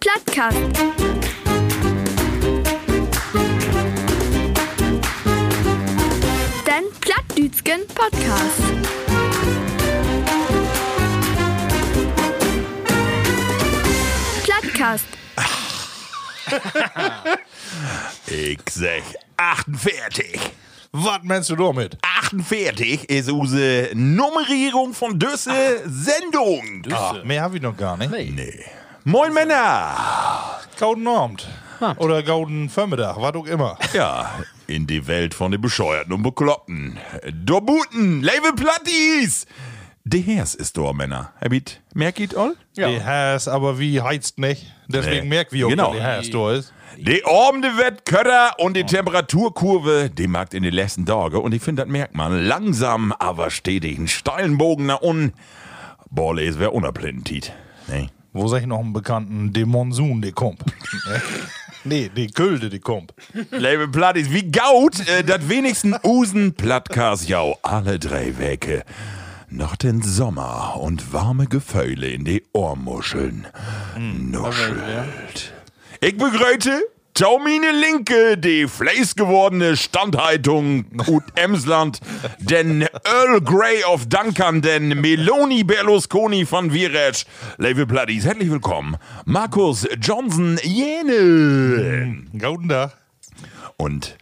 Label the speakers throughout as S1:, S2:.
S1: Plattcast. Den Plattdütschen Podcast. Plattcast.
S2: Ich sag 48.
S3: Was meinst du damit?
S2: 48 ist unsere Nummerierung von Düsse Sendung.
S3: Ach, mehr habe ich noch gar nicht.
S2: Nee. Moin Männer.
S3: Golden Abend. Oder Golden Vormittag, was auch immer.
S2: Ja, in die Welt von den Bescheuerten und Bekloppten. Dobuten, Label Platties. De Hers ist da, Männer. Habit, merkt ihr all?
S3: Ja. Die Hass, aber wie heizt nicht. Deswegen
S2: Nee.
S3: merken wir auch,
S2: Genau.
S3: genau. die Hass da ist.
S2: Die Ormende Wettkötter und die Temperaturkurve, die mag in den letzten Tagen, und ich finde, das merkt man, langsam, aber stetig einen steilen Bogen nach unten. Bolle ist wer unerblindet. Nee.
S3: Wo sag ich noch einen bekannten? Die Monsun, die kommt. nee, die Külde, die kommt.
S2: Label Platt ist wie Gaut, äh, dat wenigsten Usen Plattkas jau alle drei Wecke. Noch den Sommer und warme Gefäule in die Ohrmuscheln nuschelt. Ich begrüße Taumine Linke, die fleiß gewordene Standhaltung gut Emsland, den Earl Grey of Duncan, den Meloni Berlusconi von Virech. Label Platties, herzlich willkommen. Markus Johnson Jene.
S3: Golden Tag.
S2: Und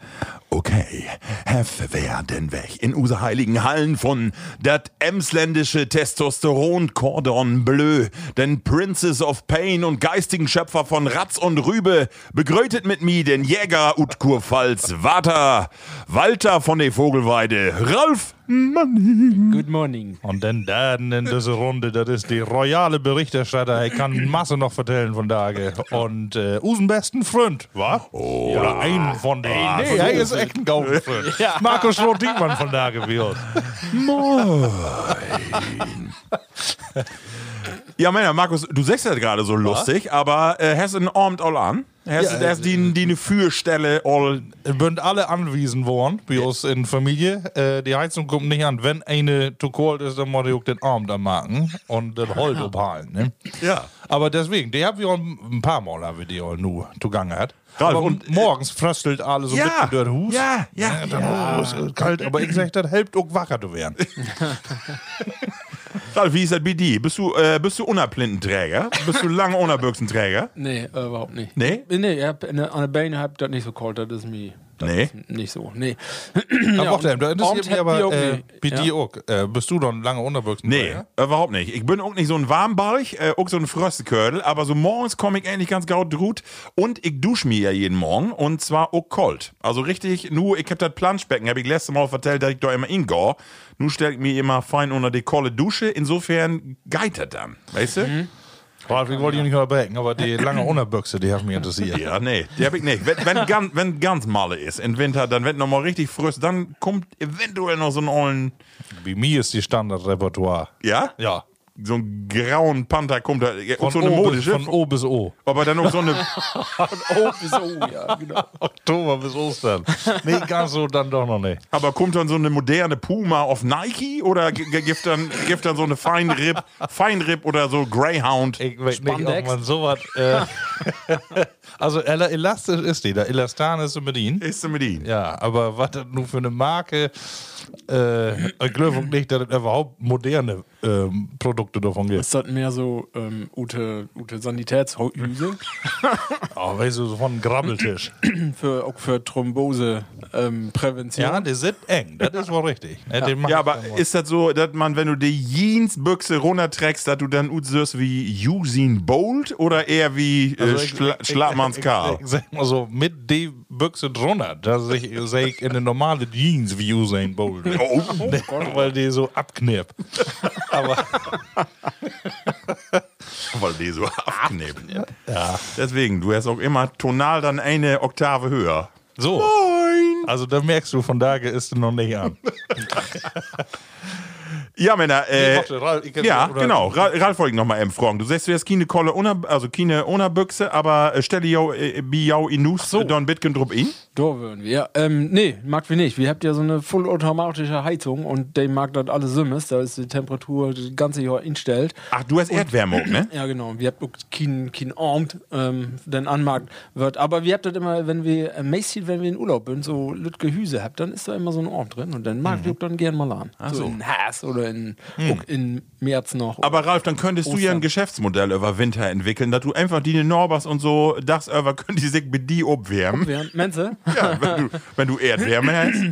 S2: okay, Hef werden weg in unsere heiligen Hallen von dat emsländische Testosteron-Cordon Bleu, den Princess of Pain und geistigen Schöpfer von Ratz und Rübe, begrötet mit mi den Jäger Utkurfalls Water, Walter von der Vogelweide, Ralf
S4: Good morning.
S3: Und dann da in dieser Runde, das ist die royale Berichterstatter. Ich kann Masse noch vertellen von Tage. Und äh, unseren besten Freund, wa? Oder einen von denen. Oh. nee, er ist echt ein Golden Freund. Markus Roth-Diekmann von Tage, wie uns.
S2: Ja, Männer, Markus, du sagst das gerade so lustig, aber äh, hast ihn armt all an. Hast,
S3: Ja,
S2: hast die, die eine Fürstelle all
S3: Bünd alle anwiesen worden, bei uns in Familie. Äh, die Heizung kommt nicht an. Wenn eine zu kalt ist, dann muss ich auch den Arm da machen und das Holz abhalen. Ne?
S2: Ja.
S3: Aber deswegen, die haben wir auch ein paar Mal, haben wir die auch nur zugange hat.
S2: Ralf,
S3: Aber
S2: und,
S3: und äh, morgens fröstelt alles so
S2: ja,
S3: mit dem Hus.
S2: ja, ja,
S3: dann, Oh, es ist kalt, aber ich sag, das hilft auch wacher zu werden.
S2: Ralf, wie ist das bei dir? Bist du, äh, bist du Unablindenträger? Bist du lange Unabüchsenträger?
S4: Nee, äh, überhaupt nicht.
S2: Nee?
S4: Nee, ich hab, ne, an der Beine hab das nicht so kalt, das ist mir
S2: Nee.
S4: nicht so. Nee.
S3: Aber auch
S4: und
S3: der, das interessiert mich
S4: abends habt ihr
S3: aber
S4: auch
S3: äh,
S4: nicht.
S3: bei
S4: Ja.
S3: dir auch. Äh, bist du dann lange unterwirksam?
S2: Nee, überhaupt nicht. Ich bin auch nicht so ein Warmbauch, äh, auch so ein Fröstekördel, aber so morgens komme ich eigentlich ganz gaut drut und ich dusche mir ja jeden Morgen und zwar auch kalt. Also richtig, nur ich hab das Planschbecken, habe ich letztes Mal vertellt, dass ich da immer ingo. Nun stell ich mir immer fein unter die kolle Dusche, insofern geitert dann, weißt du?
S3: Ralf, ich wollte dich nicht unterbrechen, aber die lange Unterbüchse, die hat mich interessiert.
S2: Ja, nee, die hab ich nicht. Wenn, wenn, ganz, wenn ganz Malle ist im Winter, dann wird nochmal richtig frisch, dann kommt eventuell noch so ein ollen,
S3: Bei mir ist die Standardrepertoire.
S2: ja?
S3: Ja.
S2: so einen grauen Panther kommt da. Ja, auch so eine
S3: O
S2: modische.
S3: Bis, von O bis O.
S2: aber dann auch so eine.
S4: Oh, so, ja, genau.
S3: Oktober bis Ostern. Nee, ganz so dann doch noch nicht.
S2: aber kommt dann so eine moderne Puma auf Nike oder g- g- gibt dann, gibt dann so eine Feinripp, Feinripp oder so Greyhound?
S3: Ich weiß nicht, ob
S4: Spandex.
S3: man sowas. Äh, also ela- elastisch ist die, da Elastan ist sie mit ihnen.
S2: Ist du mit ihnen?
S3: Ja, aber was das nun für eine Marke? Äh, ich glaube nicht, dass es überhaupt moderne ähm, Produkte davon gibt.
S4: Ist das mehr so ähm, gute, gute Sanitätshüse
S3: Oh, weißt du, so von einem Grabbeltisch.
S4: für, auch für ähm, Thrombose-Prävention?
S3: ja, die sind eng, das ist wohl richtig. Ne, den mach
S2: Ja,
S3: ich
S2: aber
S3: dann mal.
S2: ist das so, dass man, wenn du die Jeansbüchse runterträgst, dass du dann utsöst wie Usain Bolt oder eher wie äh,
S3: Also ich-
S2: Schla
S3: ich-
S2: Schlappmanns
S3: ich-
S2: Karl?
S3: Ich, ich sag mal so, mit die Büchse drunter, dass ich, sag ich in eine normale Jeans wie Usain Bolt.
S2: Oh.
S3: Weil die so abknippt. Aber
S2: weil die so abknebeln. Deswegen, du hast auch immer tonal dann eine Oktave höher.
S3: so.
S2: Moin!
S3: Also da merkst du, von daher ist sie noch nicht an.
S2: Ja, Männer. Äh,
S3: warte, Ralf, ich kenn-
S2: ja,
S3: oder-
S2: genau. Ra Ralf wollte ich nochmal eben fragen. Du sagst, du hast keine Kolle ohne, also keine ohne Büchse, aber äh, stelle jau, äh, bi jau inus so. don bitken drup in.
S4: Da würden wir. Ja, ähm, nee, mag wir nicht. Wir habt ja so eine vollautomatische Heizung und der mag das alles Simmes. Da ist die Temperatur das ganze Jahr instellt.
S2: Ach, du hast Erdwärme, auch, ne?
S4: Ja, genau. Wir habt auch keinen kein Abend, ähm, den anmarkt wird. Aber wir habt das immer, wenn wir äh, mäßig, wenn wir in Urlaub sind, so Lütke Hüse habt, dann ist da immer so ein Abend drin und dann mag ich auch dann gern mal an. so, in Haas oder in, auch in März noch.
S2: Aber Ralf, dann könntest du ja ein Geschäftsmodell über Winter entwickeln, dass du einfach die Norbers und so das über könnt die sich mit die obwärmen.
S4: Wer- Menze?
S2: Ja, wenn du, wenn du Erdwärme hast.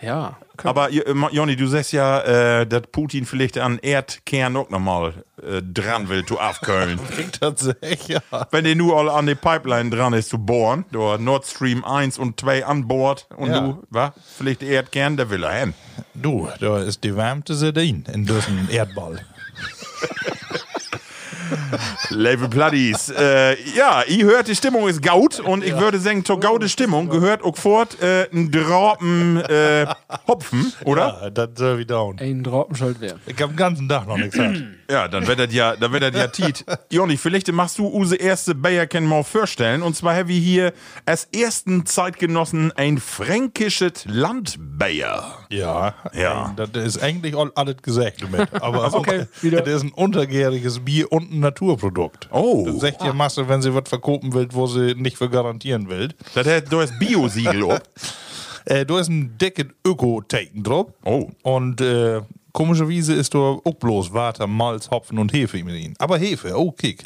S4: Ja.
S2: Aber ihr- äh, Jonny, du sagst ja, äh, dass Putin vielleicht an Erdkern auch nochmal äh, dran will, zu abkühlen.
S3: Tatsächlich, ja.
S2: wenn der nur all an die Pipeline dran ist zu bohren, da Nord Stream 1 und 2 an Bord und
S3: Ja.
S2: du, was? Vielleicht der Erdkern, der will er hin.
S3: Du, da ist die wärmte Sedin in diesem Erdball.
S2: Level Bloodies. äh, ja, ihr hört, die Stimmung ist gaut und ich würde sagen, zur gaude Stimmung gehört auch fort äh, ein Dropen äh, Hopfen, oder?
S3: Ja, Ah, das soll wie down.
S4: Ein Droppenschild wäre.
S3: Ich hab den ganzen Tag noch nichts gesagt.
S2: Ja, dann wird das ja, dann wird das ja Tiet. Jonny, vielleicht machst du use erste Bayer Can More vorstellen und zwar haben wir hier als ersten Zeitgenossen ein fränkisches Landbayer.
S3: Ja,
S2: Ja.
S3: Nein, Das ist eigentlich all, alles gesagt damit. Aber
S4: Okay, wieder.
S3: das ist ein untergäriges Bier und ein Naturprodukt.
S2: Oh.
S3: Das sagt ihr Masse, wenn sie was verkopen will, wo sie nicht für garantieren will.
S2: Das hat, du hast Bio-Siegel ob.
S3: Äh, du hast ein dickes Öko-Taken drauf.
S2: Oh.
S3: Und äh, komischerweise ist da auch bloß Water, Malz, Hopfen und Hefe in ihnen. Aber Hefe, oh, kick.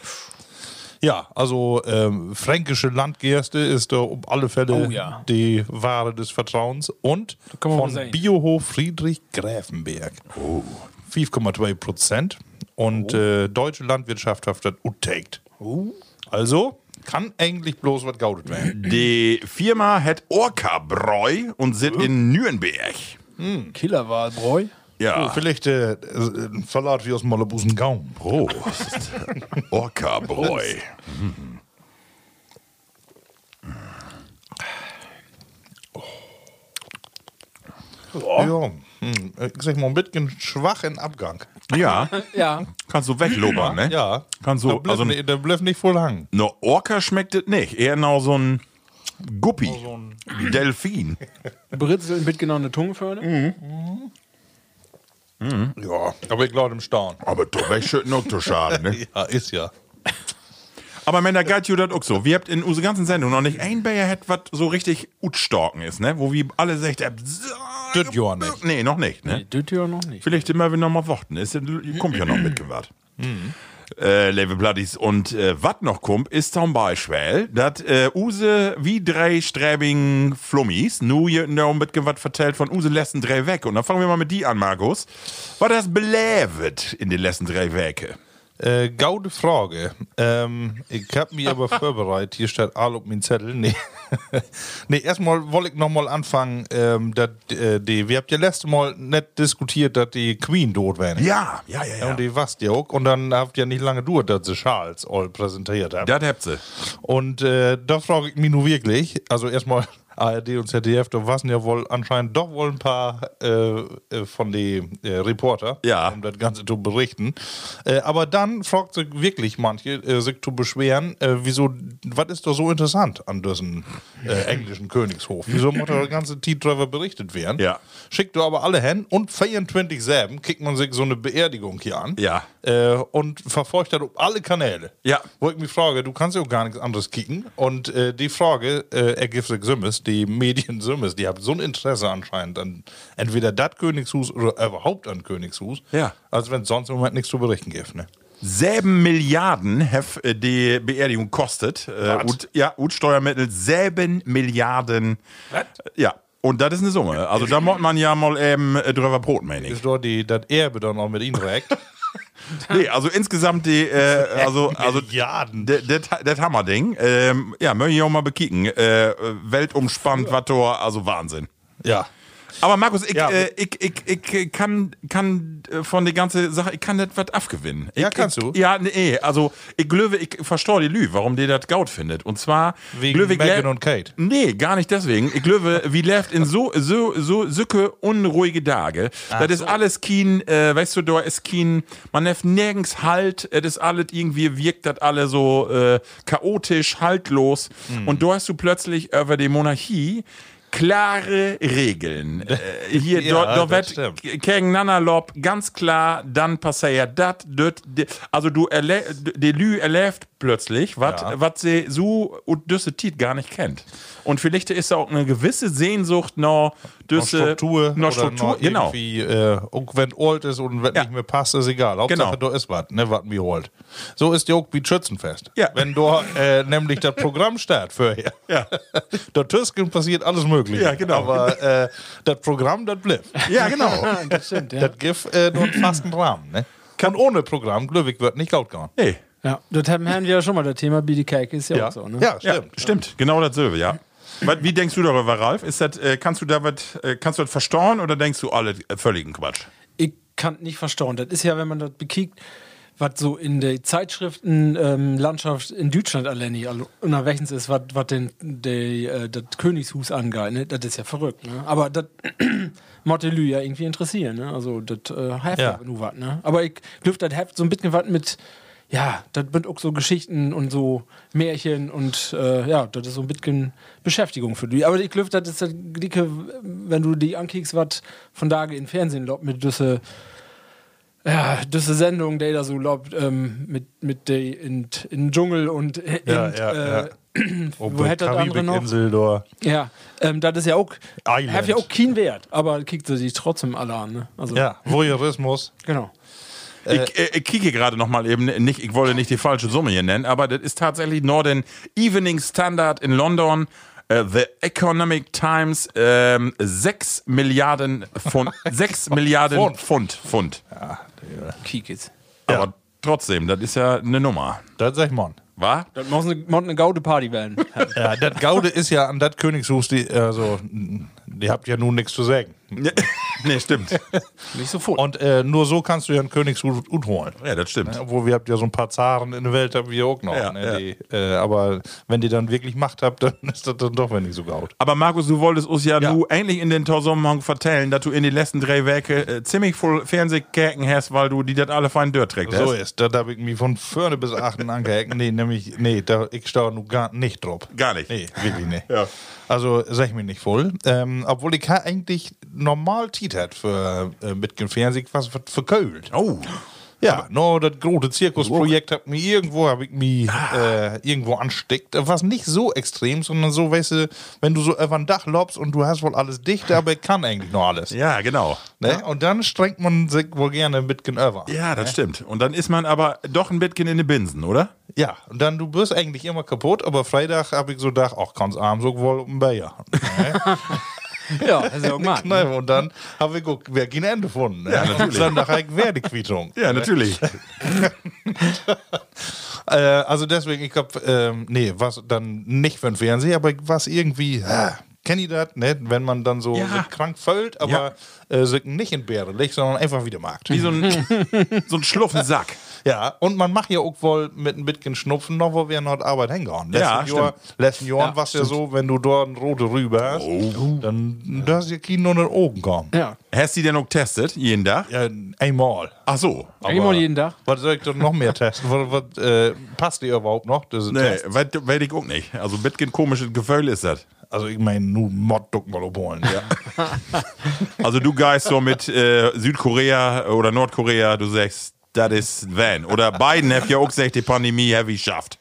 S3: Ja, also ähm, fränkische Landgerste ist da um alle Fälle
S4: Oh ja.
S3: die Ware des Vertrauens und
S4: kann man wohl
S3: von
S4: sagen.
S3: Biohof Friedrich Gräfenberg. 5,2 Prozent
S4: Oh.
S3: und äh, deutsche Landwirtschaft hat das uttakt. Also kann eigentlich bloß was gaudet werden.
S2: Die Firma hat Orca Bräu und sitzt in Nürnberg.
S4: Killerwahlbräu.
S2: Ja.
S3: Oh, vielleicht äh, äh, Salat wie aus Malabusen Gaum.
S2: Prost. Orca Bräu.
S3: Ja. Hm. Ich sag mal, ein bisschen schwach in Abgang.
S2: Ja,
S4: Ja.
S2: kannst du weglobern, ne?
S3: Ja.
S2: Kannst
S3: der
S2: du,
S3: Bluff,
S2: also
S3: nicht,
S2: eine
S3: der Bluff nicht voll lang.
S2: Orca schmeckt es nicht, eher noch so ein Guppi. Delfin.
S4: Britzeln mit genau eine Tungförne.
S3: Ja. Aber ich glaube im Staunen.
S2: Aber du wegschütten auch zu schaden, ne?
S3: Ja, ist ja.
S2: Aber Männer, galt you das auch so. Wir habt in unserer ganzen Sendung noch nicht ein Bayer hat, was so richtig utstorken ist, ne? Wo wir alle sagt, äh,
S3: Das ja nicht.
S2: nee, noch nicht, ne?
S4: Nee, das ja noch nicht.
S2: Vielleicht immer wieder mal warten. Es kommt ja noch mitgewahrt. Äh, Level Bloodies. Und äh, was noch kommt, ist zum Beispiel, dass äh, Use wie drei sträbigen Flummis nu je- nu mitgewahrt vertellt von Use letzten drei weg. Und dann fangen wir mal mit die an, Markus. War das belevet in den letzten drei Wege?
S3: Äh, gaude Frage. Ähm, ich habe mich aber vorbereitet. Hier steht Alup mein Zettel. Nee. nee, erstmal wollte ich nochmal anfangen. Ähm, dat, äh, die, wir habt ja letzte Mal nicht diskutiert, dass die Queen tot wäre.
S2: Ja, ja, ja,
S3: Ja,
S2: ja.
S3: Und die was ja auch. Und dann habt ihr nicht lange gedauert, dass sie Charles all präsentiert habt.
S2: Das habt sie.
S3: Und äh, da frage ich mich nur wirklich, also erstmal ARD und ZDF, da waren ja wohl anscheinend doch wohl ein paar äh, äh, von den äh, Reporter,
S2: Ja.
S3: um das Ganze zu berichten. Äh, aber dann fragt sich wirklich manche, äh, sich zu beschweren, äh, wieso, was ist doch so interessant an diesem äh, englischen Königshof? Wieso muss da der ganze T-Driver berichtet werden?
S2: Ja.
S3: Schickt du aber alle hin und 24 selben kriegt man sich so eine Beerdigung hier an
S2: Ja.
S3: äh, und verfolgt das um alle Kanäle.
S2: Ja.
S3: Wo ich mich frage, du kannst ja auch gar nichts anderes kicken. Und äh, die Frage äh, ergibt sich Sümmes, die Medien Sümmes, die haben so ein Interesse anscheinend an entweder das Königshus oder überhaupt an Königshus,
S2: Ja.
S3: als wenn es sonst im Moment nichts zu berichten gibt. Ne?
S2: Selben Milliarden hef äh, die Beerdigung kostet. Äh,
S3: Wat?
S2: und, ja, und Steuermittel selben Milliarden. Ja, und das ist eine Summe. Also da muss man ja mal eben äh, drüber Brot, meine ich.
S3: Ist doch die, das Erbe dann auch mit ihnen direkt.
S2: Nee, also insgesamt die, äh, also, also
S3: Milliarden.
S2: das Hammerding. äh, Ähm, ja, möchte ich auch mal bekicken. Äh, weltumspannt, Vator, also Wahnsinn.
S3: ja.
S2: Aber Markus, ich,
S3: Ja.
S2: äh, ich, ich, ich äh, kann, kann äh, von der ganzen Sache, ich kann das was abgewinnen. Ich,
S3: Ja, kannst
S2: ich,
S3: du.
S2: Ja, nee, also ich glaube, ich verstehe die Lü, warum die das gaut findet. Und zwar...
S3: Wegen
S2: glaube ich,
S3: Meghan
S2: lä-
S3: und Kate.
S2: Nee, gar nicht deswegen. Ich glaube, wie läuft in so, so, so, sücke unruhige Tage. das ist alles kein, äh, weißt du, da ist kein, man hat nirgends Halt, das ist alles irgendwie, wirkt das alle so äh, chaotisch, haltlos.
S3: Hm.
S2: Und da hast du plötzlich über die Monarchie klare Regeln. Äh, hier, da,
S3: Ja,
S2: da
S3: das
S2: wird
S3: stimmt.
S2: gegen Nanalop ganz klar, dann passiert das, das, das. Also du erlä- Delü erläuft plötzlich, was
S3: Ja.
S2: was sie so und düsse Tiet gar nicht kennt. Und vielleicht ist da auch eine gewisse Sehnsucht nach düsse
S3: Struktur,
S2: nach Struktur,
S3: oder
S2: genau.
S3: noch irgendwie, äh, auch wenn alt ist und wenn
S2: Ja.
S3: nicht mehr passt, ist egal. Hauptsache,
S2: Genau.
S3: da ist was, ne, was wir holt. So ist die auch wie Schützenfest.
S2: Ja.
S3: Wenn da äh, nämlich das Programm startet für hier.
S2: Ja.
S3: da Tüsken passiert alles Mögliche.
S2: Ja, genau.
S3: Aber äh, das Programm, das bleibt.
S2: Ja, genau.
S4: das stimmt, ja.
S3: Das gibt äh, dort fast einen Rahmen, ne? Kann ohne Programm, Glöwig wird nicht laut gehen.
S2: Nee.
S4: ja. Das haben wir ja schon mal, das Thema BD Cake ist ja, auch so, ne?
S3: ja,
S2: Ja,
S3: stimmt.
S2: stimmt. Genau dasselbe, ja. Was- Wie denkst du darüber, Ralf? Ist das, äh, kannst du da was, äh, kannst du das verstauen oder denkst du alle äh, völligen Quatsch?
S4: ich kann nicht verstauen. Das ist ja, wenn man das bekickt, was so in der Zeitschriftenlandschaft ähm, Landschaft in Deutschland allein nicht alle unterwegs ist, was was denn de, äh, das Königshus angeht. Ne? Das ist ja verrückt. Ne? Aber das Motelü ja irgendwie interessieren. Ne? Also das äh, Heft
S3: Ja.
S4: ja. nur was. Ne? Aber ich dürfte das Heft so ein bisschen was mit. Ja, das sind auch so Geschichten und so Märchen und äh, ja, das ist so ein bisschen Beschäftigung für die. Aber ich glaube, das ist das dicke, wenn du die ankickst, was von Tage in Fernsehen lobt mit düsse ja, diese Sendung, die da so lobt, ähm, mit, mit der in, in Dschungel und in,
S3: Ja, ja,
S4: äh,
S3: ja. Und
S4: wo
S3: bei
S4: hätte das andere noch?
S3: Karibikinsel da.
S4: ja. Ähm, das ist ja auch,
S3: Island.
S4: hat ja auch keinen Wert, aber kriegt sie sich trotzdem alle an, ne? Also,
S3: Ja, Voyeurismus.
S4: genau.
S2: Ich, äh, ich kicke gerade noch mal eben nicht, ich wollte nicht die falsche Summe hier nennen, aber das ist tatsächlich Northern Evening Standard in London. äh, The Economic Times ähm, 6 Milliarden Pfund. 6 Milliarden
S3: Pfund.
S2: Pfund. Pfund.
S4: Kiek jetzt.
S2: Aber trotzdem, das ist ja eine Nummer.
S3: Das sag ich mal.
S2: War?
S4: Das muss eine, muss eine gaude Party werden.
S3: Ja, das Gaude ist ja an das Königshus, die, also, die habt ja nun nichts zu sagen.
S2: nee, stimmt.
S4: nicht sofort.
S3: Und äh, nur so kannst du ja einen Königshus gut holen.
S2: Ja, das stimmt.
S3: Obwohl, wir habt ja so ein paar Zaren in der Welt, haben wir auch noch.
S2: Ja,
S3: ne,
S2: ja.
S3: Die, äh, aber wenn die dann wirklich Macht habt, dann ist das dann doch wenn nicht so gaut.
S2: Aber Markus, du wolltest uns ja,
S3: Ja.
S2: nu eigentlich in den Zusammenhang vertellen, dass du in die letzten drei Werke äh, ziemlich voll Fernsehkerken hast, weil du die das alle fein Dörr trägst.
S3: So ist, da habe ich mich von vorne bis achten angehängt. Nee, nämlich, nee, da, ich stau nun gar nicht drauf.
S2: Gar nicht.
S3: Nee, wirklich nicht.
S2: Ja.
S3: Also, sag ich mir nicht voll. Ähm, obwohl ich ha eigentlich normal Tiet hat für äh, mit dem Fernsehen was was verköhlt.
S2: Oh.
S3: Ja, no, das große Zirkusprojekt hat mich irgendwo, hab ich mich
S2: Ah.
S3: äh, irgendwo ansteckt. Was nicht so extrem, sondern so, weißt du, wenn du so über ein Dach lobst und du hast wohl alles dicht, aber ich kann eigentlich noch alles.
S2: Ja, genau.
S3: Ne? Und dann strengt man sich wohl gerne ein bisschen über.
S2: Ja, das stimmt. Und dann ist man aber doch ein bisschen in den Binsen, oder?
S3: Ja, und dann, du bist eigentlich immer kaputt, aber Freitag hab ich so gedacht, ach, kannst abends auch wohl um Bayer.
S4: ja, das ist ja auch mal.
S3: Nein, und dann habe ich geguckt, wer kein Ende gefunden. Ja,
S2: natürlich.
S3: Und dann dachte ich, wer die Quittung.
S2: Ja, natürlich.
S3: Äh, also deswegen, ich glaube, ähm, nee, was dann nicht für den Fernseher, aber was irgendwie, äh, kenne ich das, ne? wenn man dann so
S2: Ja.
S3: sich krank füllt, aber äh, sich nicht entbehrlich, sondern einfach wieder mag.
S2: Wie so ein, so ein Schluffensack.
S3: Ja, und man macht ja auch wohl mit ein bisschen Schnupfen noch, wo wir noch Arbeit hängen.
S2: Ja,
S3: Letzten, Jahr, letzten Jahren war es ja so, wenn du dort eine rote Rübe hast, dann da hast du ja nur in den Augen kommen.
S4: Ja.
S2: Hast du die denn auch getestet, jeden Tag?
S3: Ja, einmal.
S2: Ach so.
S4: Einmal jeden Tag.
S3: Was soll ich denn noch mehr testen? was, was, äh, passt dir überhaupt noch? Diese
S2: Nee,
S3: Tests?
S2: weiß weiß ich auch nicht. Also, ein bisschen komisches Gefühl ist das.
S3: Also ich meine, nur Mod duck mal obholen. Ja.
S2: Also, du geist so mit äh, Südkorea oder Nordkorea, du sagst, das ist Van. Oder Biden hat ja auch gesagt, die Pandemie heavy schafft.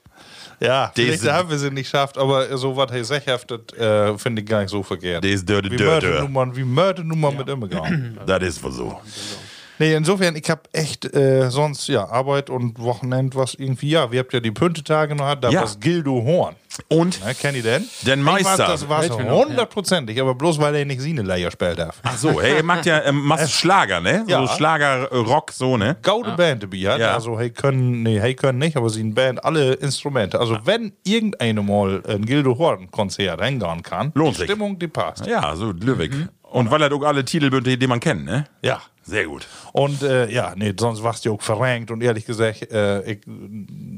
S3: Ja,
S2: Die
S3: vielleicht
S2: sind-
S3: haben wir sie nicht geschafft, aber so was hey sechhaftet, äh, finde ich gar nicht so verkehrt.
S2: Die ist dörde,
S3: Wie
S2: dörde.
S3: Mördernummern, wie Mördernummern mit Immigrant.
S2: Das ist wohl so.
S3: nee, insofern, ich habe echt äh, sonst, ja, Arbeit und Wochenend, was irgendwie, ja, wir habt ja die Püntetage noch, da
S2: Ja.
S3: ja. war's Gildo Horn.
S2: Und?
S3: Ne, kennt ihr denn?
S2: Den
S3: Ich
S2: Meister.
S3: weiß, Das war's
S4: Weltwinner, ja.
S3: hundertprozentig, aber bloß weil er nicht Sineleier spielen darf.
S2: Ach so, hey, ihr macht ja ähm, machst Schlager, ne? So
S3: Äh, Ja.
S2: Schlager, äh, Rock, so, ne?
S3: Gaude Band dabei hat.
S2: Ja.
S3: Also hey können, nee, hey können nicht, aber sie in Band alle Instrumente. Also wenn irgendeine mal ein Gildo Horn Konzert hängen kann,
S2: Lohnt
S3: die
S2: sich.
S3: Stimmung, die passt.
S2: Ja, so Lübeck. Und weil er auch alle Titel bündelt, die man kennt, ne?
S3: Ja.
S2: Mhm. Sehr gut.
S3: Und äh, ja, nee, sonst warst du auch verrenkt und ehrlich gesagt, äh, ich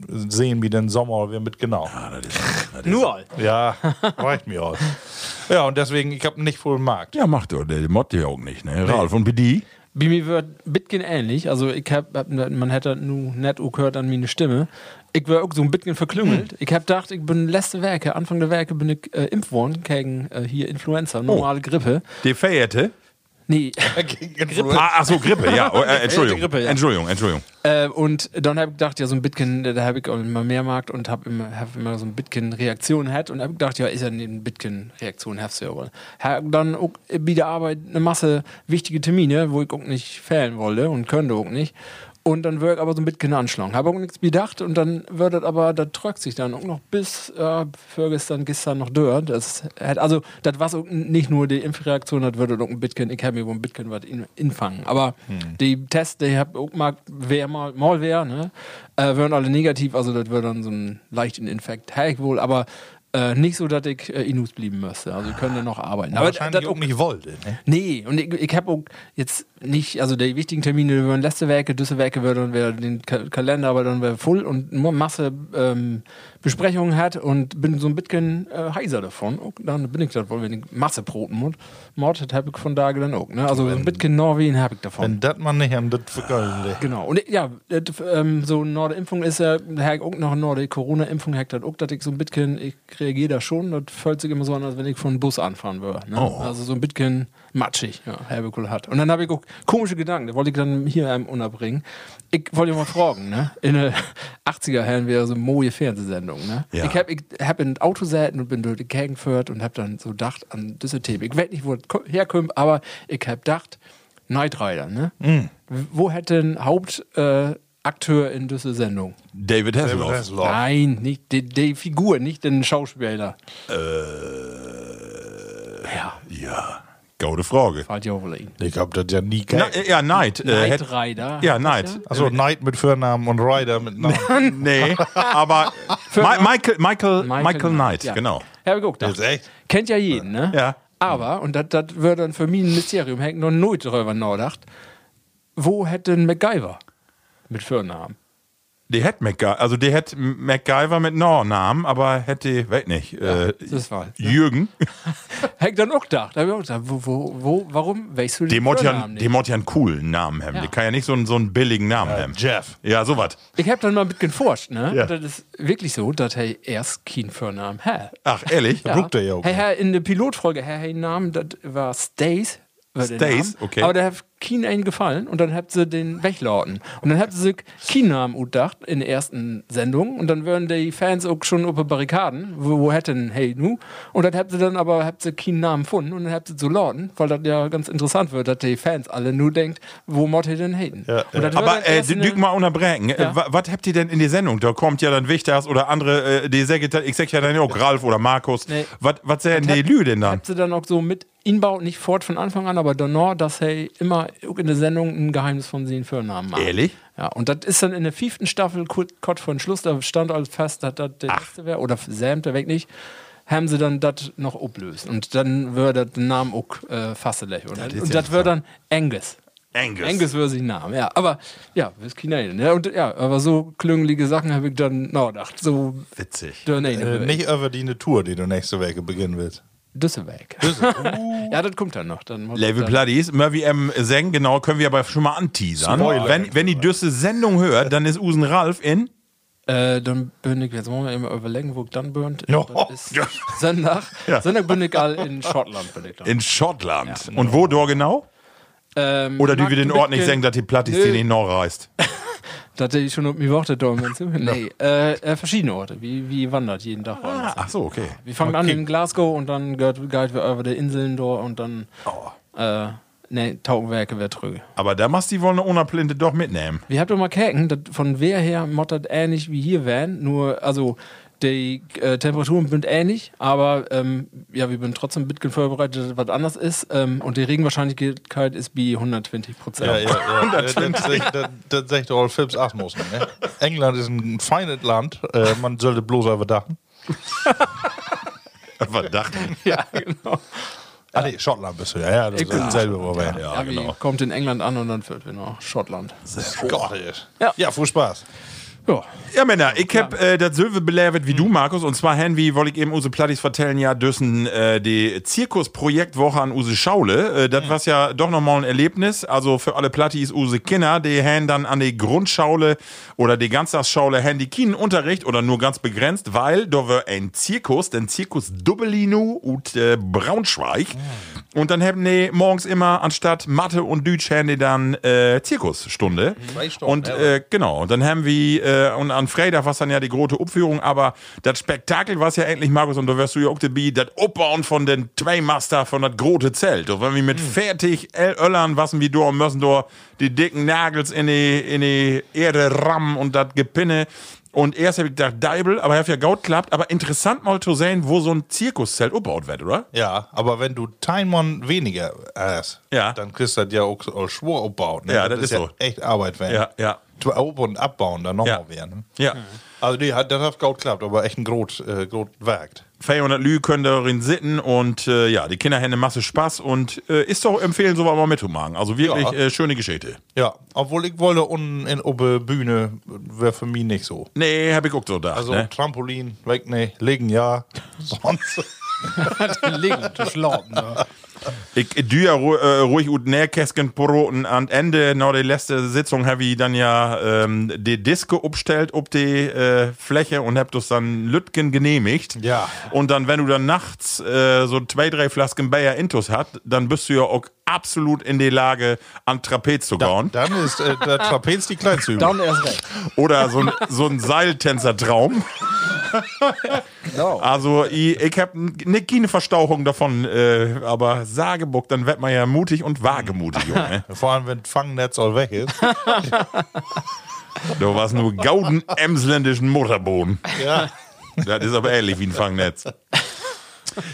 S3: sehen wie den Sommer wir mit genau.
S2: Ah, das ist, das ist-
S4: Nur.
S3: Ja, reicht mir aus. Ja, und deswegen, ich habe nicht voll Markt.
S2: Ja, macht doch. Der Mod ja auch nicht, ne? Ralf und Bedi.
S4: Bei mir wird Bitgen ähnlich. Also ich hab, hab- man hätte nu net auch gehört an meine Stimme. Ich war auch so ein bisschen verklüngelt.
S3: Hm.
S4: Ich hab gedacht, ich bin letzte Werke, Anfang der Werke bin ich äh, impft worden gegen äh, hier Influenza,
S3: Oh.
S4: normale Grippe.
S2: Die Feierte.
S4: Nee.
S2: Ah, ach so, Grippe, ja. Oh, äh, Entschuldigung.
S4: Grippe, ja.
S2: Entschuldigung, Entschuldigung.
S4: Äh, und dann habe ich gedacht, ja, so ein Bitcoin, da habe ich auch immer mehr Markt und habe immer, hab immer so ein Bitcoin-Reaktion hat und habe gedacht, ja, ist ja eine Bitcoin-Reaktion, hast du ja wohl. Hab dann auch bei der Arbeit eine Masse wichtige Termine, wo ich auch nicht fehlen wollte und könnte auch nicht. Und dann wird aber so ein Bitcoin anschlagen. Habe auch nichts bedacht und dann wird das aber, das trögt sich dann auch noch bis äh, vorgestern, gestern noch dort. Das hat, also, das war so nicht nur die Impfreaktion, das würde auch ein Bitcoin, ich habe mir wohl ein Bitcoin was in- infangen. Aber die Tests, die habe auch mal, wer mal, mal wer, ne, äh, wären alle negativ, also das würde dann so ein leichten Infekt, hätte ich wohl, aber äh, nicht so, dass ich äh, Inus blieben müsste. Also, wir können ja noch arbeiten. Aber das
S3: wahrscheinlich auch nicht wollte. Ne?
S4: Nee, und ich, ich habe auch jetzt nicht, also die wichtigen Termine wären letzte Werke, düsse Werke wäre dann wäre den Ka Kalender, aber dann wäre voll und nur Masse ähm, Besprechungen hat und bin so ein bisschen äh, heiser davon. Und dann bin ich da wohl, wenn ich Masse broten muss. Mord habe ich von da dann auch. Ne? Also so ein bisschen Norwegen habe ich davon.
S3: Wenn das man nicht haben, das ne? verköllen.
S4: Genau. Und ja, das, ähm, so eine Norde-Impfung ist ja, Herr auch noch eine Corona-Impfung, Herr das auch, dass ich so ein bisschen, ich reagiere da schon, das fühlt sich immer so an, als wenn ich von einem Bus anfahren würde. Ne?
S2: Oh.
S4: Also so ein bisschen matschig, ja, Herr Bekul hat. Und dann habe ich auch komische Gedanken, da wollte ich dann hier einem unterbringen. Ich wollte mal fragen, ne? in den 80er Herren wäre so eine moje Fernsehsendung. Ne?
S2: Ja.
S4: Ich habe ich hab in Auto selten und bin durch die Gegend geführt und habe dann so gedacht an diese Themen. Ich weiß nicht, wo das ko- herkommt, aber ich habe gedacht, Knight Rider, ne? Wo hätte ein Hauptakteur äh, Akteur in dieser Sendung?
S2: David
S4: Oh,
S2: Hasselhoff.
S3: Tesla.
S4: Nein, nicht die, die Figur, nicht den Schauspieler. Ja,
S2: Äh, Ja, gute Frage.
S4: war ja auch wohl ein.
S3: Ich hab das ja nie
S2: Na,
S3: gehabt.
S2: äh, ja, Neid. Äh,
S4: Knight
S2: hätt-
S4: Rider.
S2: Ja, Neid.
S4: äh,
S3: Also Knight mit Vornamen und Ryder mit Namen.
S2: Nee, aber Ma Michael, Michael, Michael, Knight,
S4: ja.
S2: genau.
S4: Ja, guck
S3: Das ist echt.
S4: Kennt ja jeden, ne?
S2: Ja.
S4: Aber, und das würde dann für mich ein Mysterium hängen, noch nooit drüber nachgedacht, wo hätte ein MacGyver mit Firmennamen?
S2: Die hätte MacGyver, also die hätte MacGyver mit No-Namen, aber hätte, weiß nicht, äh,
S4: das war-
S2: Jürgen.
S4: Hängt dann auch gedacht. Da hab ich auch gedacht, wo, wo, wo, warum weißt du
S2: Die
S4: den
S2: muss ja
S4: Firmennamen
S2: einen-
S4: nicht?
S2: die muss ja einen coolen Namen haben.
S4: Ja.
S2: Die kann ja nicht so einen, so einen billigen Namen haben.
S3: Äh, Jeff.
S2: Ja, sowas.
S4: Ich habe dann mal mit geforscht, ne?
S2: Ja.
S4: Das ist wirklich so, dass er erst keinen Vornamen hat.
S2: Ach, ehrlich?
S3: Guckt er ja auch
S4: Hey,
S3: nicht.
S4: hey, in der Pilotfolge, hey, hey, Namen, das war Stace. war der
S2: Stace,
S4: Name.
S2: okay.
S4: Aber der hat keinen einen gefallen und dann habt sie den weglauten. Und dann habt sie sich keinen Namen gedacht in der ersten Sendung und dann wären die Fans auch schon über Barrikaden, wo, wo hätten, hey, nu. Und dann habt sie dann aber habt sie keinen Namen gefunden und dann habt sie so lauten, weil das ja ganz interessant wird, dass die Fans alle nur denkt, wo mott ihr denn haten.
S3: Ja, ja.
S4: Und das wär dann
S2: Aber äh,
S4: erst
S2: die-
S4: eine-
S2: Dück mal unterbrechen.
S4: Ja.
S2: Äh, wa- Was habt ihr denn in die Sendung? Da kommt ja dann Wichters oder andere, äh, die Sekretär, ich sag ja dann auch Ralf oder Markus.
S4: Nee.
S2: Was Was denn die Lü denn dann?
S4: habt sie dann auch so mit inbaut, nicht fort von Anfang an, aber Donor, dass hey immer in der Sendung ein Geheimnis von seinen Firmennamen macht.
S2: Ehrlich?
S4: Ja, und das ist dann in der fünften Staffel kurz kurz vor dem Schluss, da stand alles fest, dass das der letzte wäre, oder Sam, der weg nicht, haben sie dann das noch ablöst. Und dann würde der Name auch äh, fasselig. Und,
S2: ist
S4: und
S2: ja
S4: das wäre dann Angus.
S2: Angus.
S4: Angus würde sich Namen, ja. Aber ja, bis China hin. Ne? Und ja, aber so klüngelige Sachen habe ich dann nachgedacht. So,
S2: Witzig.
S4: nee, nee,
S3: Äh, nicht über die eine Tour, die du nächste Woche beginnen willst.
S4: Düsselweg. ja, das kommt dann noch. Dann
S2: Level
S4: dann-
S2: Pluddies, Murphy M. Seng, genau, können wir aber schon mal anteasern.
S3: Spoiler.
S2: Wenn, wenn die Düsse Sendung hört, dann ist Usen Ralf in.
S4: Äh, dann bin ich, jetzt wollen wir immer überlegen, wo ich dann bin.
S3: Ja.
S4: Das ist Sonntag. Sonntag bin ich all in Schottland. Bin ich dann.
S2: In Schottland. Und wo da genau?
S4: Ähm,
S2: Oder die wir den Ort nicht
S4: Magdeburg-
S2: sagen, dass die Plattis
S4: Nö.
S2: den in Nord reist.
S4: Dass ich schon um die Worte da bin. Nee, äh, äh, verschiedene Orte. Wie, wie wandert jeden Tag woanders.
S2: Ach so, Ah. okay.
S4: Wir fangen an in Glasgow und dann geht, geht wir über die Inseln da und dann.
S2: Oh.
S4: Äh, nee, Taubenwerke wäre trüge.
S2: Aber da machst die wohl eine Unablinde doch mitnehmen.
S4: Wir habt doch mal Käken, dat von wer her mottert ähnlich wie hier wären, nur also die äh, Temperaturen sind ähnlich, aber ähm, ja, wir sind trotzdem ein bisschen vorbereitet, dass was anders ist ähm, und die Regenwahrscheinlichkeit ist bei 120 Prozent.
S3: Ja, ja, ja. das, das, das sagt Rolf Phipps Asmussen. Ne? England ist ein feines Land. Äh, man sollte bloß überdachen.
S2: Verdacht.
S4: Ja, genau.
S3: Ah, nee, Schottland bist du. Ja, ja das
S4: Ich
S3: ist
S4: bin
S3: dasselbe, wo wir
S2: Ja,
S4: Ja,
S2: genau.
S4: Kommt in England an und dann fährt wir nach Schottland.
S3: Gott,
S4: Ja.
S3: ja, viel Spaß.
S4: Ja.
S2: Ja, Männer, ich hab äh, das Silve belehrt
S3: Mhm.
S2: wie du, Markus. Und zwar, Henry, wollte ich eben Use Plattis vertellen, ja, dürfen äh, die Zirkusprojektwoche an Use Schaule. Äh, das war ja doch nochmal ein Erlebnis. Also für alle Plattis, Use Kinder, die haben dann an die Grundschaule oder die Ganztagsschaule haben die keinen Unterricht oder nur ganz begrenzt, weil da war ein Zirkus, den Zirkus Dubbelino und äh, Braunschweig.
S3: Ah.
S2: Und dann haben die morgens immer anstatt Mathe und Deutsch haben die dann äh, Zirkusstunde.
S3: Zwei Stunden,
S2: Und
S3: ja.
S2: äh, äh, genau, und dann haben wir, äh, und an Freitag war es dann ja die große Upführung, aber das Spektakel war es ja endlich, Markus, und da wirst du ja auch dabei, das Upbauen von den Twaymaster von das große Zelt. Und wenn wir mit fertig El- Öllern, was wir da müssen, da die dicken Nagels in die, in die Erde rammen und das Gepinne. Und erst habe ich gedacht, Deibel, aber hat ja gaut klappt. Aber interessant mal zu sehen, wo so ein Zirkuszelt upbaut wird, oder?
S3: Ja, aber wenn du Timon weniger hast,
S2: Ja.
S3: dann kriegst du das ja auch, auch Schwur aufbauen. Ne?
S2: Ja, das ist
S3: ja
S2: so.
S3: echt Arbeit, wenn.
S2: Ja, ja.
S3: Tu- Auf- und abbauen, dann nochmal
S2: Ja.
S3: werden.
S2: Ja.
S3: Also, nee, hat, das hat gut geklappt, aber echt ein Grot, äh, Grot Werk.
S2: 400 Lü können darin sitten und äh, ja, die Kinder haben eine Masse Spaß und äh, ist doch empfehlen, so mal mitzumachen. Also wirklich
S3: Ja.
S2: äh, schöne Geschichte.
S3: Ja, obwohl ich wollte unten in obe Bühne, wäre für mich nicht so.
S2: Nee, hab ich auch so gedacht.
S3: Also,
S2: ne?
S3: Trampolin, weg, nee, liegen ja. Sonst.
S4: Liegen, das Schlauben. Ne?
S2: Ich äh, du ja ru äh, ruhig und nährkäsken broten an Ende, na die letzte Sitzung habe ich dann ja ähm, die Diske upstellt ob die äh, Fläche und hab das dann Lütgen genehmigt.
S3: Ja.
S2: Und dann, wenn du dann nachts äh, so zwei, drei Flasken Bayer Intus hat, dann bist du ja auch absolut in die Lage, an Trapez zu bauen.
S3: Dann ist äh, der
S2: Ah.
S3: Trapez die kleinste Übung.
S4: Down erst recht.
S2: Oder so ein, so ein Seiltänzertraum.
S4: Genau.
S2: Also ich, ich habe ne keine Verstauchung davon, äh, aber Sagebuck, dann wird man ja mutig und wagemutig, Junge.
S3: Vor allem, wenn das Fangnetz all weg ist.
S2: Du warst nur gauden emsländischen Mutterboden.
S3: ja.
S2: Das ist aber ähnlich wie ein Fangnetz.